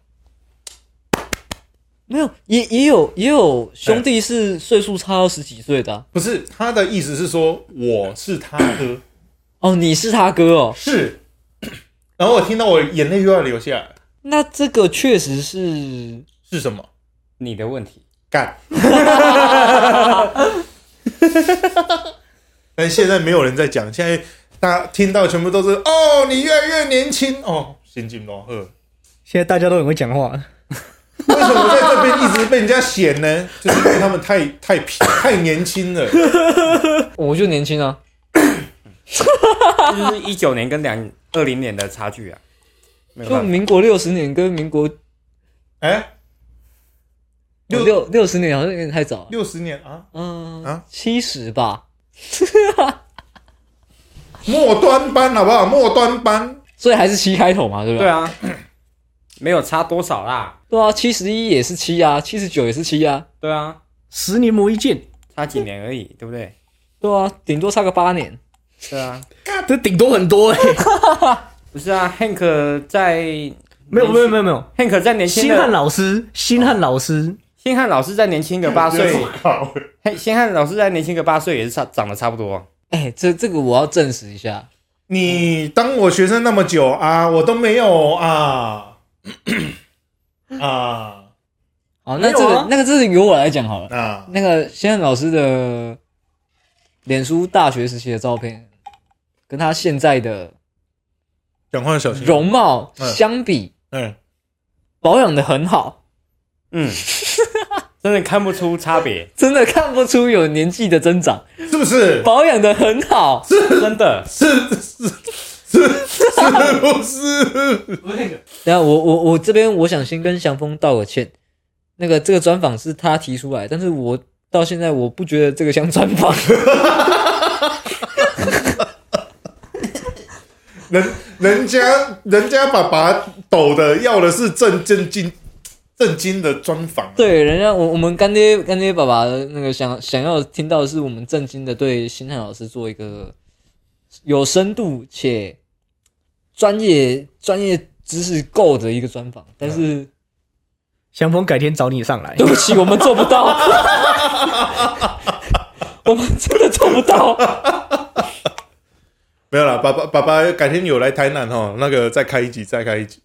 Speaker 1: 没有也也有也有兄弟是岁数差到十几岁的啊、
Speaker 4: 不是他的意思是说我是他哥，
Speaker 1: 哦，你是他哥哦，
Speaker 4: 是然后我听到我眼泪又要流下来，
Speaker 1: 那这个确实是
Speaker 4: 是什么？
Speaker 3: 你的问题，干，
Speaker 4: 但现在没有人在讲，现在大家听到全部都是哦，你越来越年轻哦，心情如何？
Speaker 2: 现在大家都很会讲话，
Speaker 4: 为什么在这边一直被人家嫌呢？ 就是因为他们太太皮太年轻 了。
Speaker 1: 我就年轻啊，
Speaker 3: 就是一九年跟两 二零年的差距啊，没有
Speaker 1: 就
Speaker 3: 办法，
Speaker 1: 民国六十年跟民国
Speaker 4: 哎、六
Speaker 1: 六六十年好像有点太早了，
Speaker 4: 六十年啊，
Speaker 1: 嗯
Speaker 4: 啊，
Speaker 1: 七十吧。
Speaker 4: 末端班好不好？末端班
Speaker 1: 所以还是七开头嘛，对不
Speaker 3: 对
Speaker 1: 对？
Speaker 3: 啊，没有差多少啦，
Speaker 1: 对啊，七十一也是七啊，七十九也是七啊，
Speaker 3: 对啊，
Speaker 2: 十年磨一剑，
Speaker 3: 差几年而已， 对不对？
Speaker 1: 对啊，顶多差个八年。
Speaker 3: 对啊，
Speaker 2: 这顶多很多哎、
Speaker 3: 欸不是啊，Hank 在
Speaker 2: 没有没有没有没有，
Speaker 3: Hank 在年轻
Speaker 2: 星汉
Speaker 3: 的哦
Speaker 2: 老师，星汉老师，
Speaker 3: 星汉老师在年轻个八岁，
Speaker 4: 考
Speaker 3: 嘿星汉老师在年轻个八岁也是差长得差不多，
Speaker 1: 哎、这这个我要证实一下，
Speaker 4: 你当我学生那么久啊，我都没有啊啊
Speaker 1: 好，那
Speaker 2: 没有
Speaker 1: 这个、
Speaker 2: 啊
Speaker 1: 那个这是由我来讲好了。
Speaker 4: 啊！
Speaker 1: 那个现在老师的脸书大学时期的照片，跟他现在的
Speaker 4: 讲话小心。
Speaker 1: 容貌
Speaker 4: 嗯
Speaker 1: 相比，
Speaker 4: 嗯，
Speaker 1: 保养的很好，
Speaker 3: 嗯，真的看不出差别，
Speaker 1: 真的看不出有年纪的增长，
Speaker 4: 是不是？
Speaker 1: 保养的很好。
Speaker 3: 真的，
Speaker 4: 是是是是不是？
Speaker 1: 等一下我我我这边我想先跟祥峰道个歉，那个这个专访是他提出来，但是我到现在我不觉得这个像专访。
Speaker 4: 人人家人家爸爸抖的要的是正正经正经的专访，啊
Speaker 1: 对，人家我我们干爹干爹爸爸的那个想想要听到的是我们正经的对星汉老师做一个有深度且专业专业知识够的一个专访，但是
Speaker 2: 祥峰改天找你上来
Speaker 1: 对，不起，我们做不到， 我们真的做不到。
Speaker 4: 没有啦，爸爸爸爸改天有来台南哦，那个再开一集，再开一集，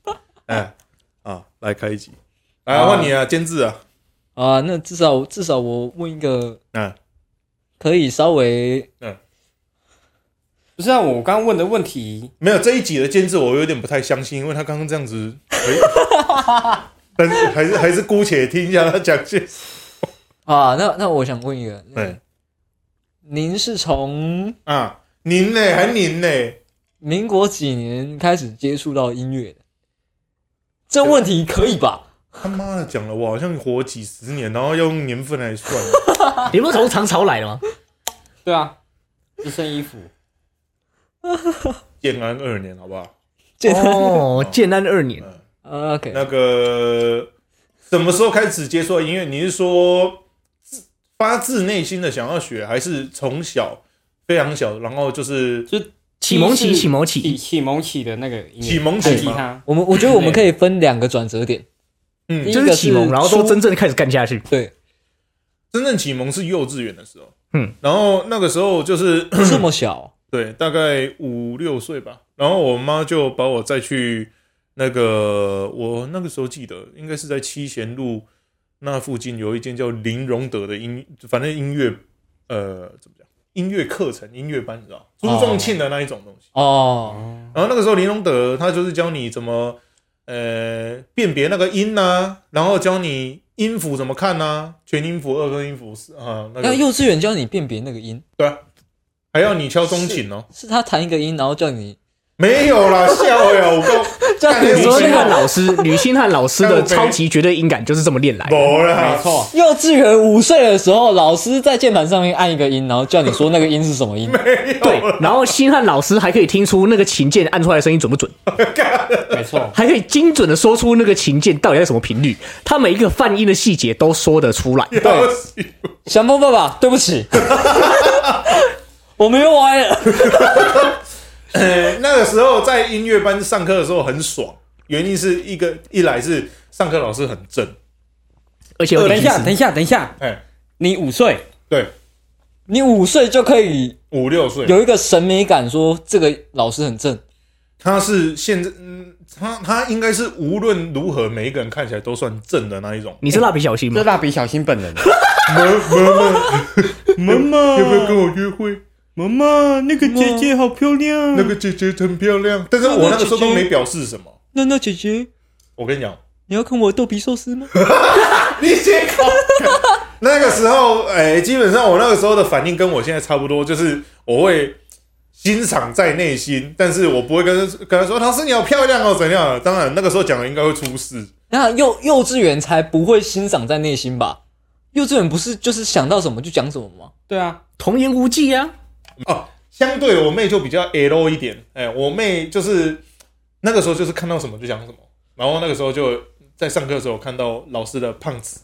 Speaker 4: 哎啊，来开一集，来
Speaker 1: 啊
Speaker 4: 换你啊，监制啊，
Speaker 1: 啊，那至少至少我问一个
Speaker 4: 嗯，
Speaker 1: 可以稍微
Speaker 3: 不是啊，我刚问的问题，
Speaker 4: 没有这一集的监制，我有点不太相信，因为他刚刚这样子，哎但是还是还是姑且听一下他讲些，
Speaker 1: 啊，那那我想问一个，
Speaker 4: 对
Speaker 1: 您是从
Speaker 4: 啊，您呢，还您呢，
Speaker 1: 民国几年开始接触到音乐的？这问题可以吧？
Speaker 4: 他妈的讲了，我好像活几十年，然后要用年份来算，
Speaker 2: 你不是从唐朝来的吗？
Speaker 3: 对啊，一身衣服，
Speaker 4: 建安二年好不好？
Speaker 1: 简单、
Speaker 2: 哦，建安二年，
Speaker 1: o k
Speaker 4: 那个什么时候开始接触到音乐？你是说自发自内心的想要学，还是从小非常小，然后就是
Speaker 2: 启蒙
Speaker 3: 第
Speaker 2: 期，
Speaker 3: 一次
Speaker 2: 启蒙
Speaker 3: 启
Speaker 2: 期，
Speaker 3: 启蒙起的那个音乐
Speaker 4: 启蒙
Speaker 3: 弹
Speaker 4: 起
Speaker 3: 吉
Speaker 4: 吗？
Speaker 3: 他，
Speaker 1: 我们我觉得我们可以分两个转折点，
Speaker 4: 嗯
Speaker 1: 第一
Speaker 2: 就
Speaker 1: 个
Speaker 2: 是启蒙，然后
Speaker 1: 初
Speaker 2: 都真正开始干下去。
Speaker 1: 对，
Speaker 4: 真正启蒙是幼稚园的时候，
Speaker 2: 嗯，
Speaker 4: 然后那个时候就是
Speaker 1: 这么小
Speaker 4: 对，大概五六岁吧，然后我妈就把我再去那个，我那个时候记得应该是在七贤路那附近有一间叫林荣德的音，反正音乐呃怎么讲，音乐课程、音乐班，你知道，朱仲庆的那一种东西。
Speaker 1: 哦，
Speaker 4: 然后那个时候林隆德他就是教你怎么呃辨别那个音呐、啊然后教你音符怎么看呐、全音符、二分音符是啊，那
Speaker 1: 那
Speaker 4: 个
Speaker 1: 幼稚园教你辨别那个音，
Speaker 4: 对啊，还要你敲钟琴哦，
Speaker 1: 是他弹一个音，然后叫你
Speaker 4: 没有 啦，笑呀，我告
Speaker 1: 叫你
Speaker 4: 干
Speaker 2: 女
Speaker 1: 说
Speaker 2: 星
Speaker 1: 那
Speaker 2: 汉
Speaker 1: 个
Speaker 2: 老 师，女星汉老师的超级绝对音感就是这么练来的。
Speaker 4: 没
Speaker 3: 没
Speaker 4: 啦，
Speaker 3: 错，
Speaker 1: 幼稚园五岁的时候，老师在键盘上面按一个音，然后叫你说那个音是什么音，
Speaker 2: 对，然后星汉老师还可以听出那个琴键按出来的声音准不准，
Speaker 3: 没错，
Speaker 2: 还可以精准的说出那个琴键到底在什么频率，他每一个泛音的细节都说得出 来。
Speaker 4: 要死
Speaker 1: 祥峰爸爸，对不 起，我们又歪了。
Speaker 4: 呃 那个时候在音乐班上课的时候很爽，原因是一个一来是上课老师很正，
Speaker 2: 而 且有
Speaker 3: 等一
Speaker 2: 点
Speaker 3: 下，
Speaker 2: 意思
Speaker 3: 等一下，等一下，
Speaker 4: 哎、
Speaker 3: 你五岁，
Speaker 4: 对，
Speaker 1: 你五岁就可以
Speaker 4: 五六 岁，
Speaker 1: 有一个审美感，说这个老师很正。
Speaker 4: 他是现在，嗯，他他应该是无论如何每一个人看起来都算正的那一 种。
Speaker 2: 你是蜡笔小新吗
Speaker 3: 这？蜡笔小新本人，
Speaker 4: 妈 妈，要不要跟我约会？
Speaker 3: 妈妈，那个姐姐好漂亮
Speaker 1: 嗯
Speaker 4: 那个姐姐很漂亮，但是我那个时候都没表示什么。
Speaker 1: 娜娜姐姐，
Speaker 4: 我跟你讲，
Speaker 1: 你要看我豆皮寿司吗？
Speaker 4: 你先搞。那个时候，哎、基本上我那个时候的反应跟我现在差不多，就是我会欣赏在内心，但是我不会跟跟他说老师你好漂亮哦怎样的。当然那个时候讲的应该会出事，
Speaker 1: 那幼幼稚园才不会欣赏在内心吧？幼稚园不是就是想到什么就讲什么吗？
Speaker 3: 对啊，
Speaker 2: 童言无忌啊，
Speaker 4: 哦，相对我妹就比较 L 一点，哎、我妹就是那个时候就是看到什么就讲什么，然后那个时候就在上课的时候看到老师的胖子，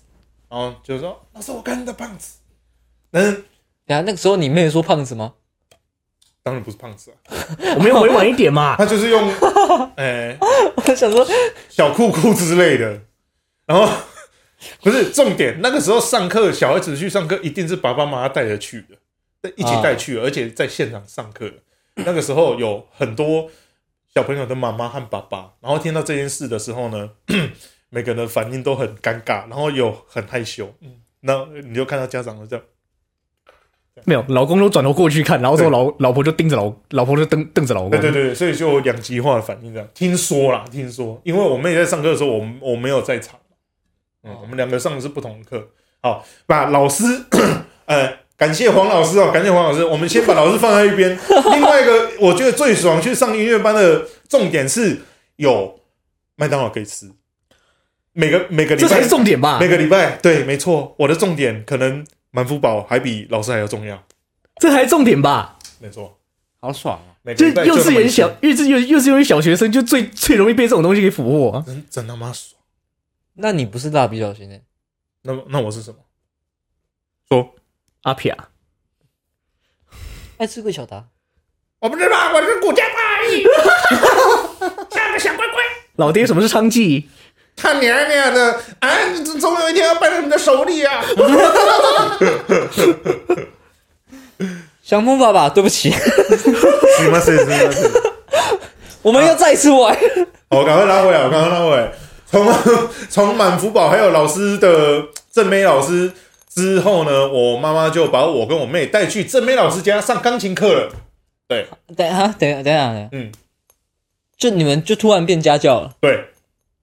Speaker 4: 然后就说老师我看你的胖子，但是
Speaker 1: 等一下那个时候你妹说胖子吗？
Speaker 4: 当然不是胖子啊，
Speaker 2: 我们要委婉一点 嘛。
Speaker 4: 他就是用 哎、
Speaker 1: 我想说，
Speaker 4: 小裤裤之类的，然后 不是重点，那个时候上课小孩子去上课一定是爸爸妈妈带着去的，一起带去的，而且在现场上课。那个时候有很多小朋友的妈妈和爸爸，然后听到这件事的时候呢， 每个人的反应都很尴尬，然后有很害羞。嗯，那你就看到家长就这样，
Speaker 2: 没有，老公都转头过去看，然后说
Speaker 4: 对
Speaker 2: 老老婆就盯着老老婆就瞪瞪着老公。
Speaker 4: 对对对，所以就有两极化的反应这样。听说啦，听说，因为我妹在上课的时候，我们我没有在场，
Speaker 2: 哦
Speaker 4: 嗯，我们两个上的是不同的课。好，把老师， 呃，感谢黄老师哦，感谢黄老师。我们先把老师放在一边。另外一个，我觉得最爽去上音乐班的重点是有麦当劳可以吃，每个每个礼
Speaker 2: 这才
Speaker 4: 拜
Speaker 2: 是重点啊吧
Speaker 4: 每？个礼拜对，没错，我的重点可能满福宝还比老师还要重要，
Speaker 2: 这才是重点吧？
Speaker 4: 没错。
Speaker 3: 好爽啊！
Speaker 4: 每个
Speaker 2: 就
Speaker 4: 礼拜
Speaker 2: 幼
Speaker 4: 那
Speaker 2: 稚
Speaker 4: 么
Speaker 2: 园
Speaker 4: 一
Speaker 2: 小
Speaker 4: 次，
Speaker 2: 幼稚幼幼稚园小学生就最最容易被这种东西给俘获啊。
Speaker 4: 真真他妈爽。
Speaker 1: 那你不是蜡笔小新欸？
Speaker 4: 那么那我是什么？说
Speaker 2: 阿撇啊，
Speaker 1: 爱吃鬼小达，
Speaker 4: 我不知道，我是顾家派， 像个小乖乖。
Speaker 2: 老爹什么是娼妓？
Speaker 4: 他娘娘的，哎，总有一天要败在你的手里啊！
Speaker 1: 小木爸爸，对不起，
Speaker 4: 是吗？是是吗？是。
Speaker 1: 我们又再次玩。
Speaker 4: 我赶快拉回来，我赶快拉回来。从从满福宝还有老师的正妹老师之后呢，我妈妈就把我跟我妹带去正妹老师家上钢琴课了。对
Speaker 1: 等一下，等一下，等一下，等一下，
Speaker 4: 嗯，
Speaker 1: 就你们就突然变家教了，
Speaker 4: 对，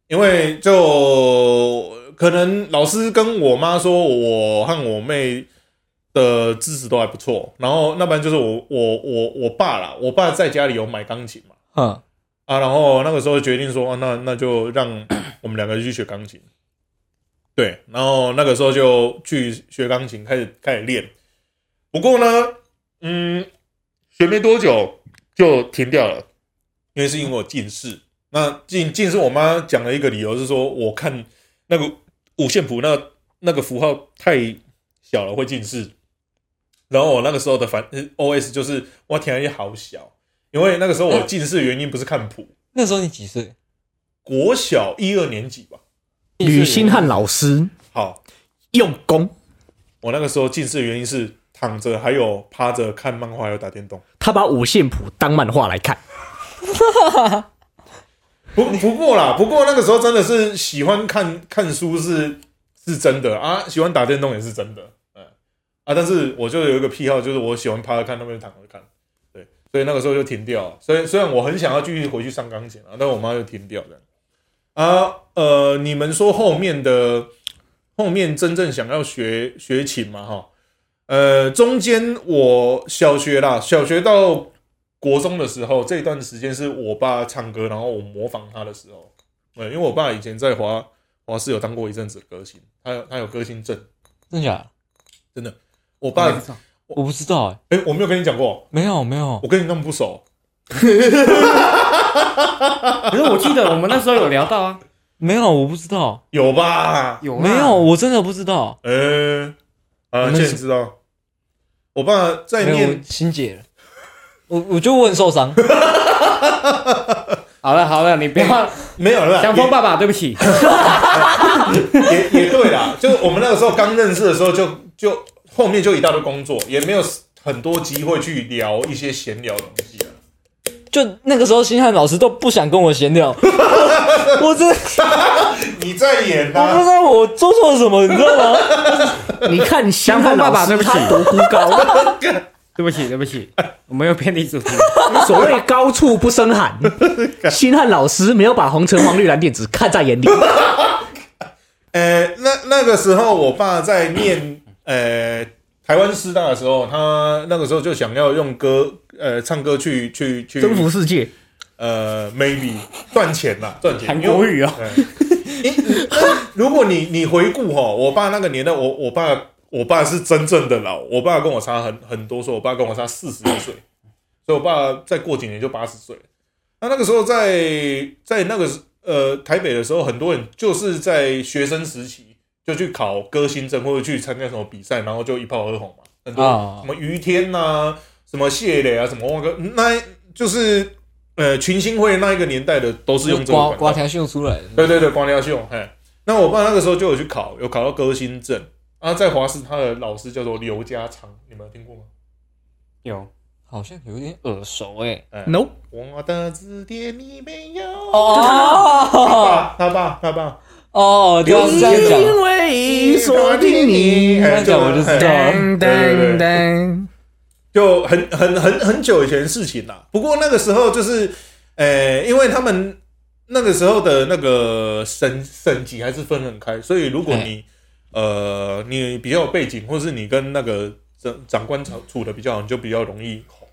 Speaker 4: 因为就可能老师跟我妈说，我和我妹的资质都还不错，然后那不然就是我我我我爸啦，我爸在家里有买钢琴嘛，
Speaker 1: 嗯，
Speaker 4: 啊，然后那个时候决定说，啊、那那就让我们两个去学钢琴。对，然后那个时候就去学钢琴，开始开始练。不过呢，嗯，学没多久就停掉了，因为是因为我近视。那近近视，我妈讲了一个理由是说，我看那个五线谱那那个符号太小了会近视。然后我那个时候的反 O S 就是我天也好小，因为那个时候我近视的原因不是看谱，
Speaker 1: 那时候你几岁？
Speaker 4: 国小一二年级吧。
Speaker 2: 吕星汉老师
Speaker 4: 好，
Speaker 2: 用功，
Speaker 4: 我那个时候近视的原因是躺着，还有趴着看漫画，还有打电动。
Speaker 2: 他把五线谱当漫画来看。
Speaker 4: 不不过啦，不过那个时候真的是喜欢看看书是是真的啊，喜欢打电动也是真的，嗯啊，但是我就有一个癖好，就是我喜欢趴着看，那边躺着看，对，所以那个时候就停掉了。虽然虽然我很想要继续回去上钢琴啊，但我妈就停掉了。啊，呃，你们说后面的后面真正想要学学琴嘛？哈，呃，中间我小学啦，小学到国中的时候，这一段时间是我爸唱歌，然后我模仿他的时候。呃，因为我爸以前在华华视有当过一阵子的歌星，他有他有歌星证。
Speaker 1: 真假的？
Speaker 4: 我爸，
Speaker 3: 哦
Speaker 4: 哎、
Speaker 1: 我不知道哎、
Speaker 4: 我没有跟你讲过，
Speaker 1: 没有没有，
Speaker 4: 我跟你那么不熟。
Speaker 3: 可是我记得我们那时候有聊到啊，
Speaker 1: 没有，我不知道，
Speaker 4: 有吧？
Speaker 3: 有啊
Speaker 1: 没有，我真的不知道。
Speaker 4: 呃，啊，
Speaker 1: 我们
Speaker 4: 现在
Speaker 1: 是
Speaker 4: 知道。我爸在
Speaker 1: 没有
Speaker 4: 念，
Speaker 1: 心姐了，我我觉得我很受伤。
Speaker 3: 好了好了，你不要
Speaker 4: 没有了，
Speaker 3: 祥
Speaker 4: 也
Speaker 3: 峰爸爸，对不起，
Speaker 4: 也也对啦，就是我们那个时候刚认识的时候就，就后面就一大堆工作，也没有很多机会去聊一些闲聊的东西了。啊
Speaker 1: 就那个时候星汉老师都不想跟我闲聊， 我真的
Speaker 4: 你在演
Speaker 1: 我不
Speaker 4: 啊
Speaker 1: 知？道我做错了什么，你知道吗？
Speaker 2: 你看香
Speaker 3: 香风爸爸
Speaker 2: 对
Speaker 3: 对
Speaker 2: 不
Speaker 3: 不
Speaker 2: 起
Speaker 3: 起，
Speaker 2: 他多孤高，
Speaker 3: 对不起，对不起，我们又偏离主题。
Speaker 2: 所谓高处不胜 寒。星汉老师没有把红橙黄绿蓝靛紫看在眼里，
Speaker 4: 呃，那那个时候我爸在念呃台湾师大的时候，他那个时候就想要用歌呃唱歌去去 去
Speaker 2: 征服世界。
Speaker 4: 呃 maybe 赚钱啦，赚钱。
Speaker 3: 韩国语哦，
Speaker 4: 哎如果你你回顾哈、我爸那个年代，我我爸我爸是真正的老，我爸跟我差很很多岁，我爸跟我差四十岁，所以我爸再过几年就八十岁了。那那个时候在在那个呃台北的时候，很多人就是在学生时期就去考歌星证或者去参加什么比赛，然后就一炮而红嘛，很多
Speaker 1: 啊
Speaker 4: 什么于天呐、什么谢磊啊，什么汪哥，那就是呃群星会那一个年代的都是用这个
Speaker 1: 刮
Speaker 4: 管道
Speaker 1: 刮条秀出来的，
Speaker 4: 对对对，光雕秀。嘿，那我爸那个时候就有去考，有考到歌星证。啊，在华师他的老师叫做刘家昌，你们有听过吗？
Speaker 3: 有
Speaker 1: 好像有点耳熟哎、
Speaker 4: 哎
Speaker 2: No，
Speaker 4: 我的字典你没有。他
Speaker 1: 哦
Speaker 4: 爸，他爸，他爸，
Speaker 1: 哦，就
Speaker 4: 刘
Speaker 1: 是这样讲，
Speaker 2: 因为锁定你。
Speaker 4: 哎
Speaker 1: 这样我就知道
Speaker 4: 哎
Speaker 2: 噔
Speaker 4: 对对
Speaker 2: 噔
Speaker 4: 对
Speaker 2: 噔，
Speaker 4: 就很很很很久以前的事情啦。不过那个时候就是，呃，因为他们那个时候的那个省省级还是分很开，所以如果你、呃你比较有背景，或是你跟那个长长官处处的比较好，你就比较容易红，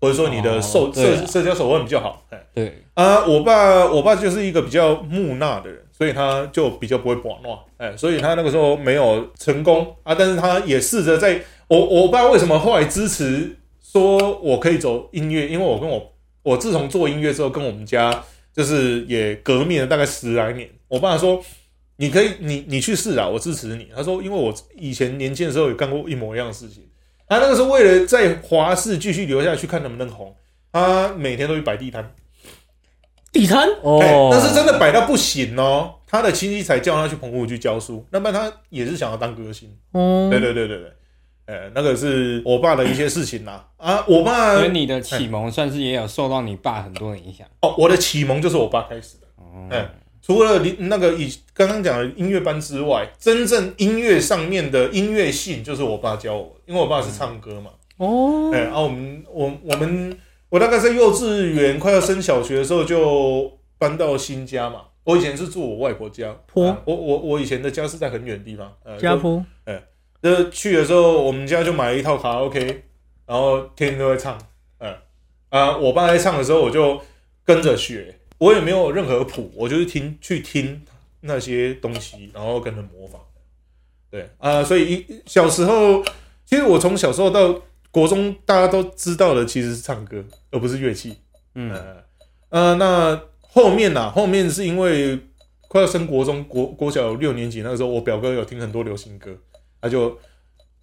Speaker 4: 或者说你的
Speaker 1: 哦
Speaker 4: 社、
Speaker 1: 对
Speaker 4: 社
Speaker 1: 啊
Speaker 4: 社交手腕比较好。哎
Speaker 1: 对，
Speaker 4: 啊、我爸我爸就是一个比较木讷的人，所以他就比较不会玩闹，哎，所以他那个时候没有成功啊，但是他也试着在我我爸为什么后来支持说我可以走音乐，因为我跟我我自从做音乐之后，跟我们家就是也革命了大概十来年，我爸说。你可以，你你去试啊，我支持你。他说，因为我以前年轻的时候有干过一模一样的事情。他那个时候为了在华视继续留下去，看能不能红，他每天都去摆地摊。
Speaker 2: 地摊
Speaker 4: 哎
Speaker 1: 哦，
Speaker 4: 但是真的摆到不行哦，他的亲戚才叫他去澎湖去教书，那么他也是想要当歌星。
Speaker 2: 哦
Speaker 4: 对对对对对，呃，那个是我爸的一些事情啦。啊，我爸
Speaker 3: 所以你的启蒙算是也有受到你爸很多的影响。
Speaker 4: 哦，我的启蒙就是我爸开始的。
Speaker 2: 哦
Speaker 4: 哎，除了你那个以刚刚讲的音乐班之外，真正音乐上面的音乐性就是我爸教我，因为我爸是唱歌嘛。
Speaker 2: 哦，
Speaker 4: 哎、啊，我们我我们我大概在幼稚园快要升小学的时候就搬到新家嘛。我以前是住我外婆家，
Speaker 2: 坡
Speaker 4: 啊我我我以前的家是在很远的地方，呃，
Speaker 2: 家坡
Speaker 4: 就就去的时候，我们家就买了一套卡拉 OK，然后天天都在唱，嗯、啊，我爸在唱的时候，我就跟着学，我也没有任何谱，我就是听去听那些东西，然后跟着模仿。对啊、所以一小时候，其实我从小时候到国中，大家都知道的其实是唱歌，而不是乐器。
Speaker 3: 嗯，
Speaker 4: 呃，呃，那后面呐、后面是因为快要升国中，国国小六年级那个时候，我表哥有听很多流行歌，他就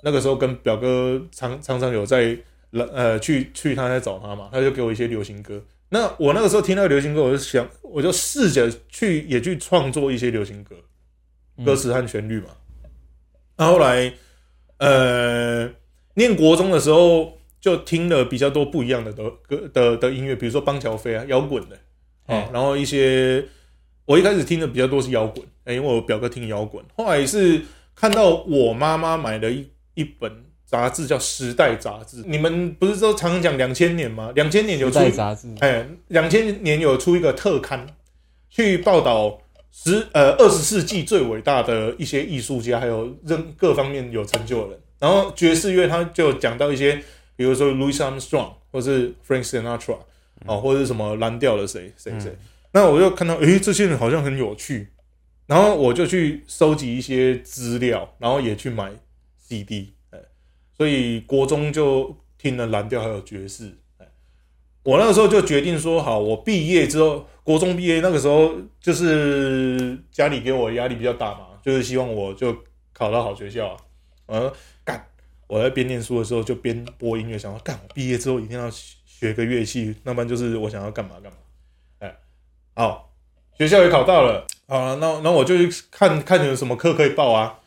Speaker 4: 那个时候跟表哥常常常有在呃去去他在找他嘛，他就给我一些流行歌。那我那个时候听到流行歌，我就想，我就试着去也去创作一些流行歌，
Speaker 1: 嗯
Speaker 4: 歌词和旋律嘛。那、后来，呃，念国中的时候，就听了比较多不一样的的歌的的音乐，比如说邦乔飞啊，摇滚的，哦
Speaker 3: 嗯，
Speaker 4: 然后一些我一开始听的比较多是摇滚，哎、因为我表哥听摇滚，后来是看到我妈妈买了一一本杂志叫《时代》杂志，你们不是都常常讲两千年吗？两千年有
Speaker 1: 有
Speaker 4: 出
Speaker 1: 在杂志，
Speaker 4: 哎，两千年有出一个特刊，去报道十呃二十世纪最伟大的一些艺术家，还有任各方面有成就的人。然后爵士乐，他就讲到一些，比如说 Louis Armstrong 或是 Frank Sinatra 哦，或者是什么蓝调的谁谁谁。那我就看到，诶，这些人好像很有趣，然后我就去收集一些资料，然后也去买 CD，哎，所以国中就听了蓝调还有爵士，哎，我那个时候就决定说，好，我毕业之后，国中毕业那个时候，就是家里给我的压力比较大嘛，就是希望我就考到好学校、啊，嗯，干，我在边念书的时候就边播音乐，想要干，我毕业之后一定要学学个乐器，那么就是我想要干嘛干嘛，哎，好，学校也考到了，好了，那那我就去看看有什么课可以报啊，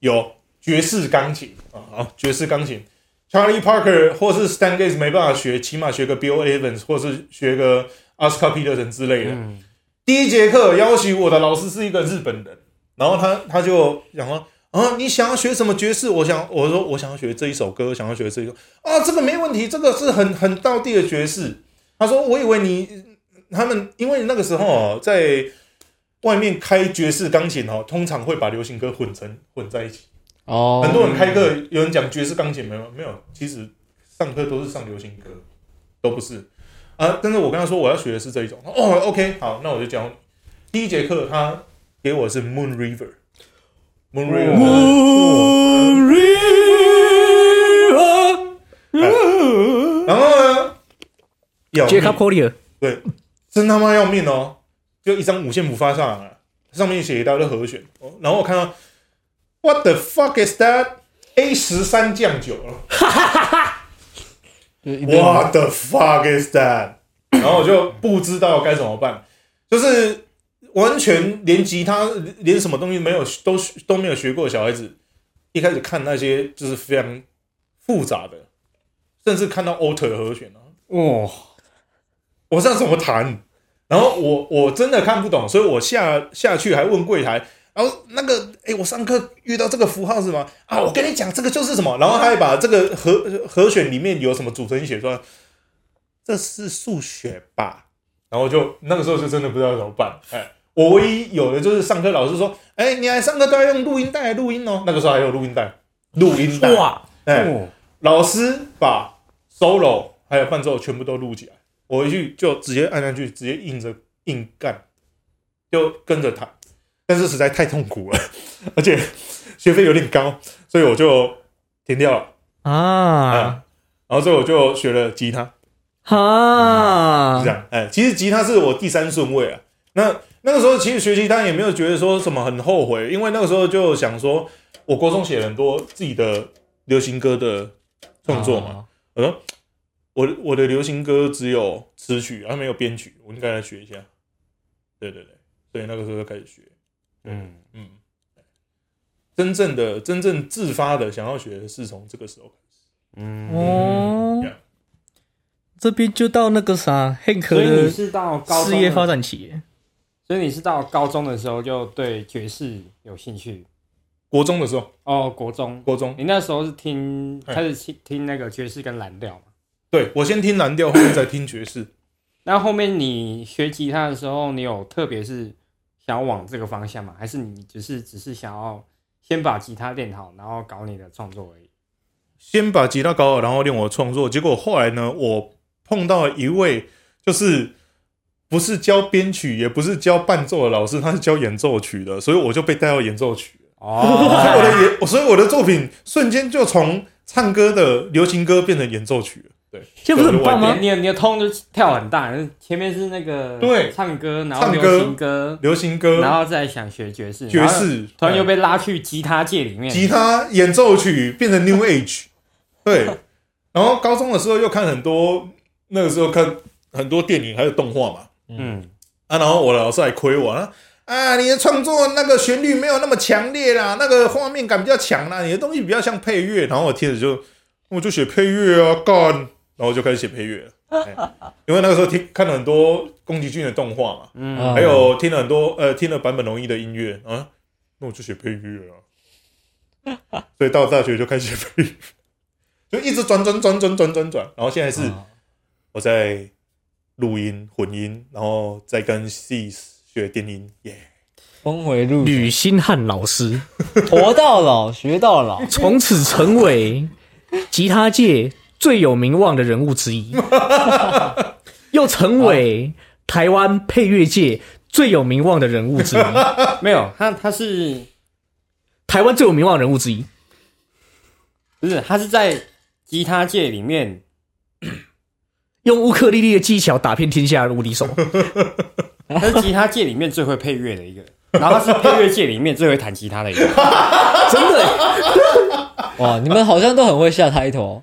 Speaker 4: 有爵士钢琴啊，好，爵士钢琴， Charlie Parker 或是 Stan Gates 没办法学，起码学个 Bill Evans 或是学个 Oscar Peterson 之类的。
Speaker 3: 嗯，
Speaker 4: 第一节课要求我的老师是一个日本人，然后他他就讲说啊，你想要学什么爵士？我想我说我想要学这一首歌，想要学这一首啊，这个没问题，这个是很很道地的爵士。他说我以为你他们因为那个时候哦，在外面开爵士钢琴哦，通常会把流行歌混成混在一起。
Speaker 1: 哦，
Speaker 4: 很多人开课，有人讲爵士钢琴没有没有，其实上课都是上流行歌，都不是啊。但是我跟他说我要学的是这一种，哦，OK，好，那我就教你。第一节课他给我的是 Moon River，Moon River，
Speaker 2: 哦 Moon River
Speaker 4: 然后呢，要
Speaker 2: Jacob
Speaker 4: 命
Speaker 2: Collier，
Speaker 4: 真他妈要命哦！就一张五线谱发上来了，上面写一大堆和弦，哦然后我看到 What the fuck is that？A 十三降九了。
Speaker 1: 就是一堆
Speaker 4: What the fuck is that？然后我就不知道该怎么办，就是完全连吉他连什么东西没有都都没有学过的小孩子，一开始看那些就是非常复杂的，甚至看到 alter 和弦啊，
Speaker 3: 哇，
Speaker 4: 我上怎么弹？然后我我真的看不懂，所以我下下去还问柜台，然后那个哎、诶我上课遇到这个符号是吗？啊，我跟你讲，这个就是什么？然后他还把这个和和弦里面有什么组成写出来，这是数学吧？然后就那个时候就真的不知道怎么办。哎、我唯一有的就是上课老师说，哎、你来上课都要用录音带来录音哦。那个时候还有录音带，录音带，
Speaker 2: 哇，
Speaker 4: 哎、
Speaker 3: 哦
Speaker 4: 老师把 solo 还有伴奏全部都录起来，我回去就直接按下去，直接硬着硬干，就跟着弹。但是实在太痛苦了，而且学费有点高，所以我就停掉了
Speaker 2: 啊
Speaker 4: 啊。然后所以我就学了吉他，
Speaker 2: 哈啊
Speaker 4: 是这，样。哎，其实吉他是我第三顺位啊。那那个时候其实学吉他也没有觉得说什么很后悔，因为那个时候就想说，我国中写了很多自己的流行歌的创作嘛，
Speaker 1: 哦
Speaker 4: 我说我的我的流行歌只有词曲，啊还没有编曲，我应该来学一下。对对对，所以那个时候就开始学，
Speaker 3: 嗯，
Speaker 4: 嗯，真正的真正自发的想要学是从这个时候
Speaker 3: 嗯，
Speaker 2: 哦
Speaker 4: 嗯，
Speaker 2: 这边就到那个啥 Hank
Speaker 3: 所以你
Speaker 2: 的
Speaker 3: 是到高中
Speaker 2: 事业发
Speaker 3: 的，
Speaker 2: 展期，
Speaker 3: 所以你是到高中的时候就对爵士有兴趣
Speaker 4: 国中的时候，
Speaker 3: 哦。国中，
Speaker 4: 国中
Speaker 3: 你那时候是听
Speaker 4: 嗯
Speaker 3: 开始听听那个爵士跟蓝调嘛？
Speaker 4: 对我先听蓝调，后面再听爵士。
Speaker 3: 那后面你学吉他的时候，你有特别是想要往这个方向吗？还是你只是只是想要先把吉他练好，然后搞你的创作而已？
Speaker 4: 先把吉他搞好，然后练我的创作。结果后来呢，我碰到一位就是不是教编曲，也不是教伴奏的老师，他是教演奏曲的，所以我就被带到演奏曲。所 以我
Speaker 3: 哦，
Speaker 4: 的演，所以我的作品瞬间就从唱歌的流行歌变成演奏曲了。对，
Speaker 2: 这不是很棒吗
Speaker 3: 你？的你的通就跳很大，前面是那个
Speaker 4: 对
Speaker 3: 唱歌，然后
Speaker 4: 唱歌
Speaker 3: 流行歌，
Speaker 4: 流行歌、
Speaker 3: 然后再想学爵士，
Speaker 4: 爵
Speaker 3: 然后
Speaker 4: 士，呃
Speaker 3: 突然又被拉去吉他界里面。
Speaker 4: 吉他演奏曲变成 New Age，对。然后高中的时候又看很多，那个时候看很多电影还有动画嘛，
Speaker 3: 嗯，
Speaker 4: 啊，然后我的老师还亏我啊，啊，你的创作那个旋律没有那么强烈啦，那个画面感比较强啦，你的东西比较像配乐。然后我听着就，我就写配乐啊，干，然后我就开始写配乐了、哎因为那个时候听看了很多宫崎骏的动画嘛，
Speaker 1: 啊
Speaker 4: 嗯还有听了很多呃听了坂本龙一的音乐啊，那我就写配乐啊。所以到大学就开始写配乐，就一直转转转转转转转，然后现在是。我在录音混音，然后再跟 C 学电音，耶、
Speaker 1: 峰回路转
Speaker 2: 吕新汉老师
Speaker 1: 活到老 学到老，
Speaker 2: 从此成为吉他界最有名望的人物之一，又成为台湾配乐界最有名望的人物之一，
Speaker 3: 没有他他是
Speaker 2: 台湾最有名望的人物之一。
Speaker 3: 不是他是在吉他界里面
Speaker 2: 用乌克丽丽的技巧打遍天下无敌手，
Speaker 3: 他是吉他界里面最会配乐的一个， 然后他是配乐界里面最会弹吉他的一个。
Speaker 2: 真的欸
Speaker 1: 哇，你们好像都很会下 title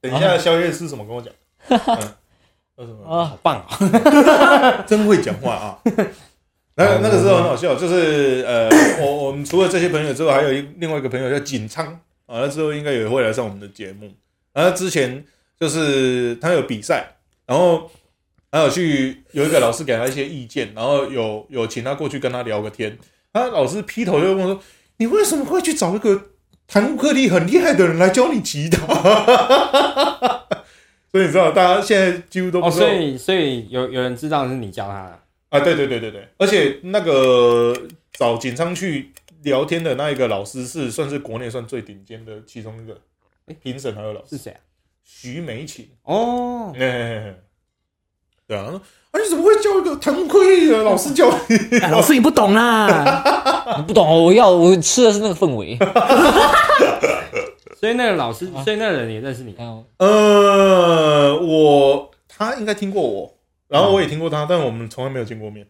Speaker 4: 等一下宵夜吃什么？跟我讲。嗯有什么
Speaker 1: 哦
Speaker 3: 好
Speaker 1: 啊，
Speaker 3: 棒啊！
Speaker 4: 真会讲话啊！那
Speaker 3: 哦
Speaker 4: 那个时候很好笑，就是呃，我我们除了这些朋友之外，还有一另外一个朋友叫锦昌，啊，那之后应该也会来上我们的节目。然后之前就是他有比赛，然后还有去有一个老师给他一些意见，然后有有请他过去跟他聊个天。他老师劈头就问我说：“你为什么会去找一个弹乌克丽很厉害的人来教你吉他？” 所以你知道，大家现在几乎都 不
Speaker 3: 哦，
Speaker 4: 知道、
Speaker 3: 所以所以有有人知道是你教他的，
Speaker 4: 啊，对对对对对，而且那个找景昌去聊天的那一个老师是算是国内算最顶尖的其中一个评审还有老师
Speaker 3: 是谁啊？
Speaker 4: 徐美琴。
Speaker 3: 哦，
Speaker 4: 嘿嘿嘿对啊，啊你怎么会教一个弹乌克丽的老师教你？
Speaker 2: 哎老师你不懂啊啦，
Speaker 1: 你不懂，我要我吃的是那个氛围。
Speaker 3: 所以那个老师，所以那个人也认识你。
Speaker 1: 嗯
Speaker 4: 呃，我他应该听过我，然后我也听过他，但我们从来没有见过面。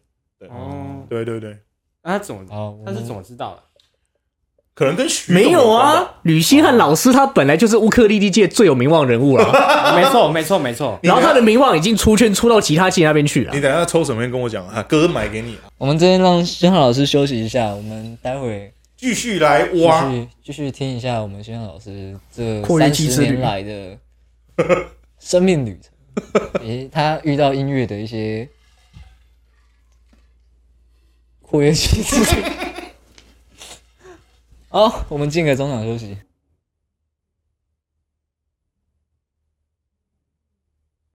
Speaker 3: 哦，
Speaker 4: 对对对，
Speaker 3: 那他怎么？
Speaker 1: 好，
Speaker 3: 他是怎
Speaker 1: 总
Speaker 3: 么知道的？
Speaker 4: 可能跟徐
Speaker 2: 没
Speaker 4: 董
Speaker 2: 有
Speaker 4: 关吧。
Speaker 2: 啊。吕星汉老师他本来就是乌克丽丽界最有名望人物了，
Speaker 3: 没错，没错，没错。
Speaker 2: 然后他的名望已经出圈出到吉他界那边去了
Speaker 4: 你。等一下抽什么烟跟我讲啊，哥买给你啊，
Speaker 1: 我们这边让宣浩老师休息一下，我们待会
Speaker 4: 继续来
Speaker 1: 继
Speaker 4: 挖。
Speaker 1: 续继续听一下我们宣浩老师这
Speaker 2: 扩
Speaker 1: 三
Speaker 2: 约肌
Speaker 1: 十
Speaker 2: 之旅
Speaker 1: 年来的生命旅程，以及他遇到音乐的一些扩约期之旅。好，我们进个中场休息。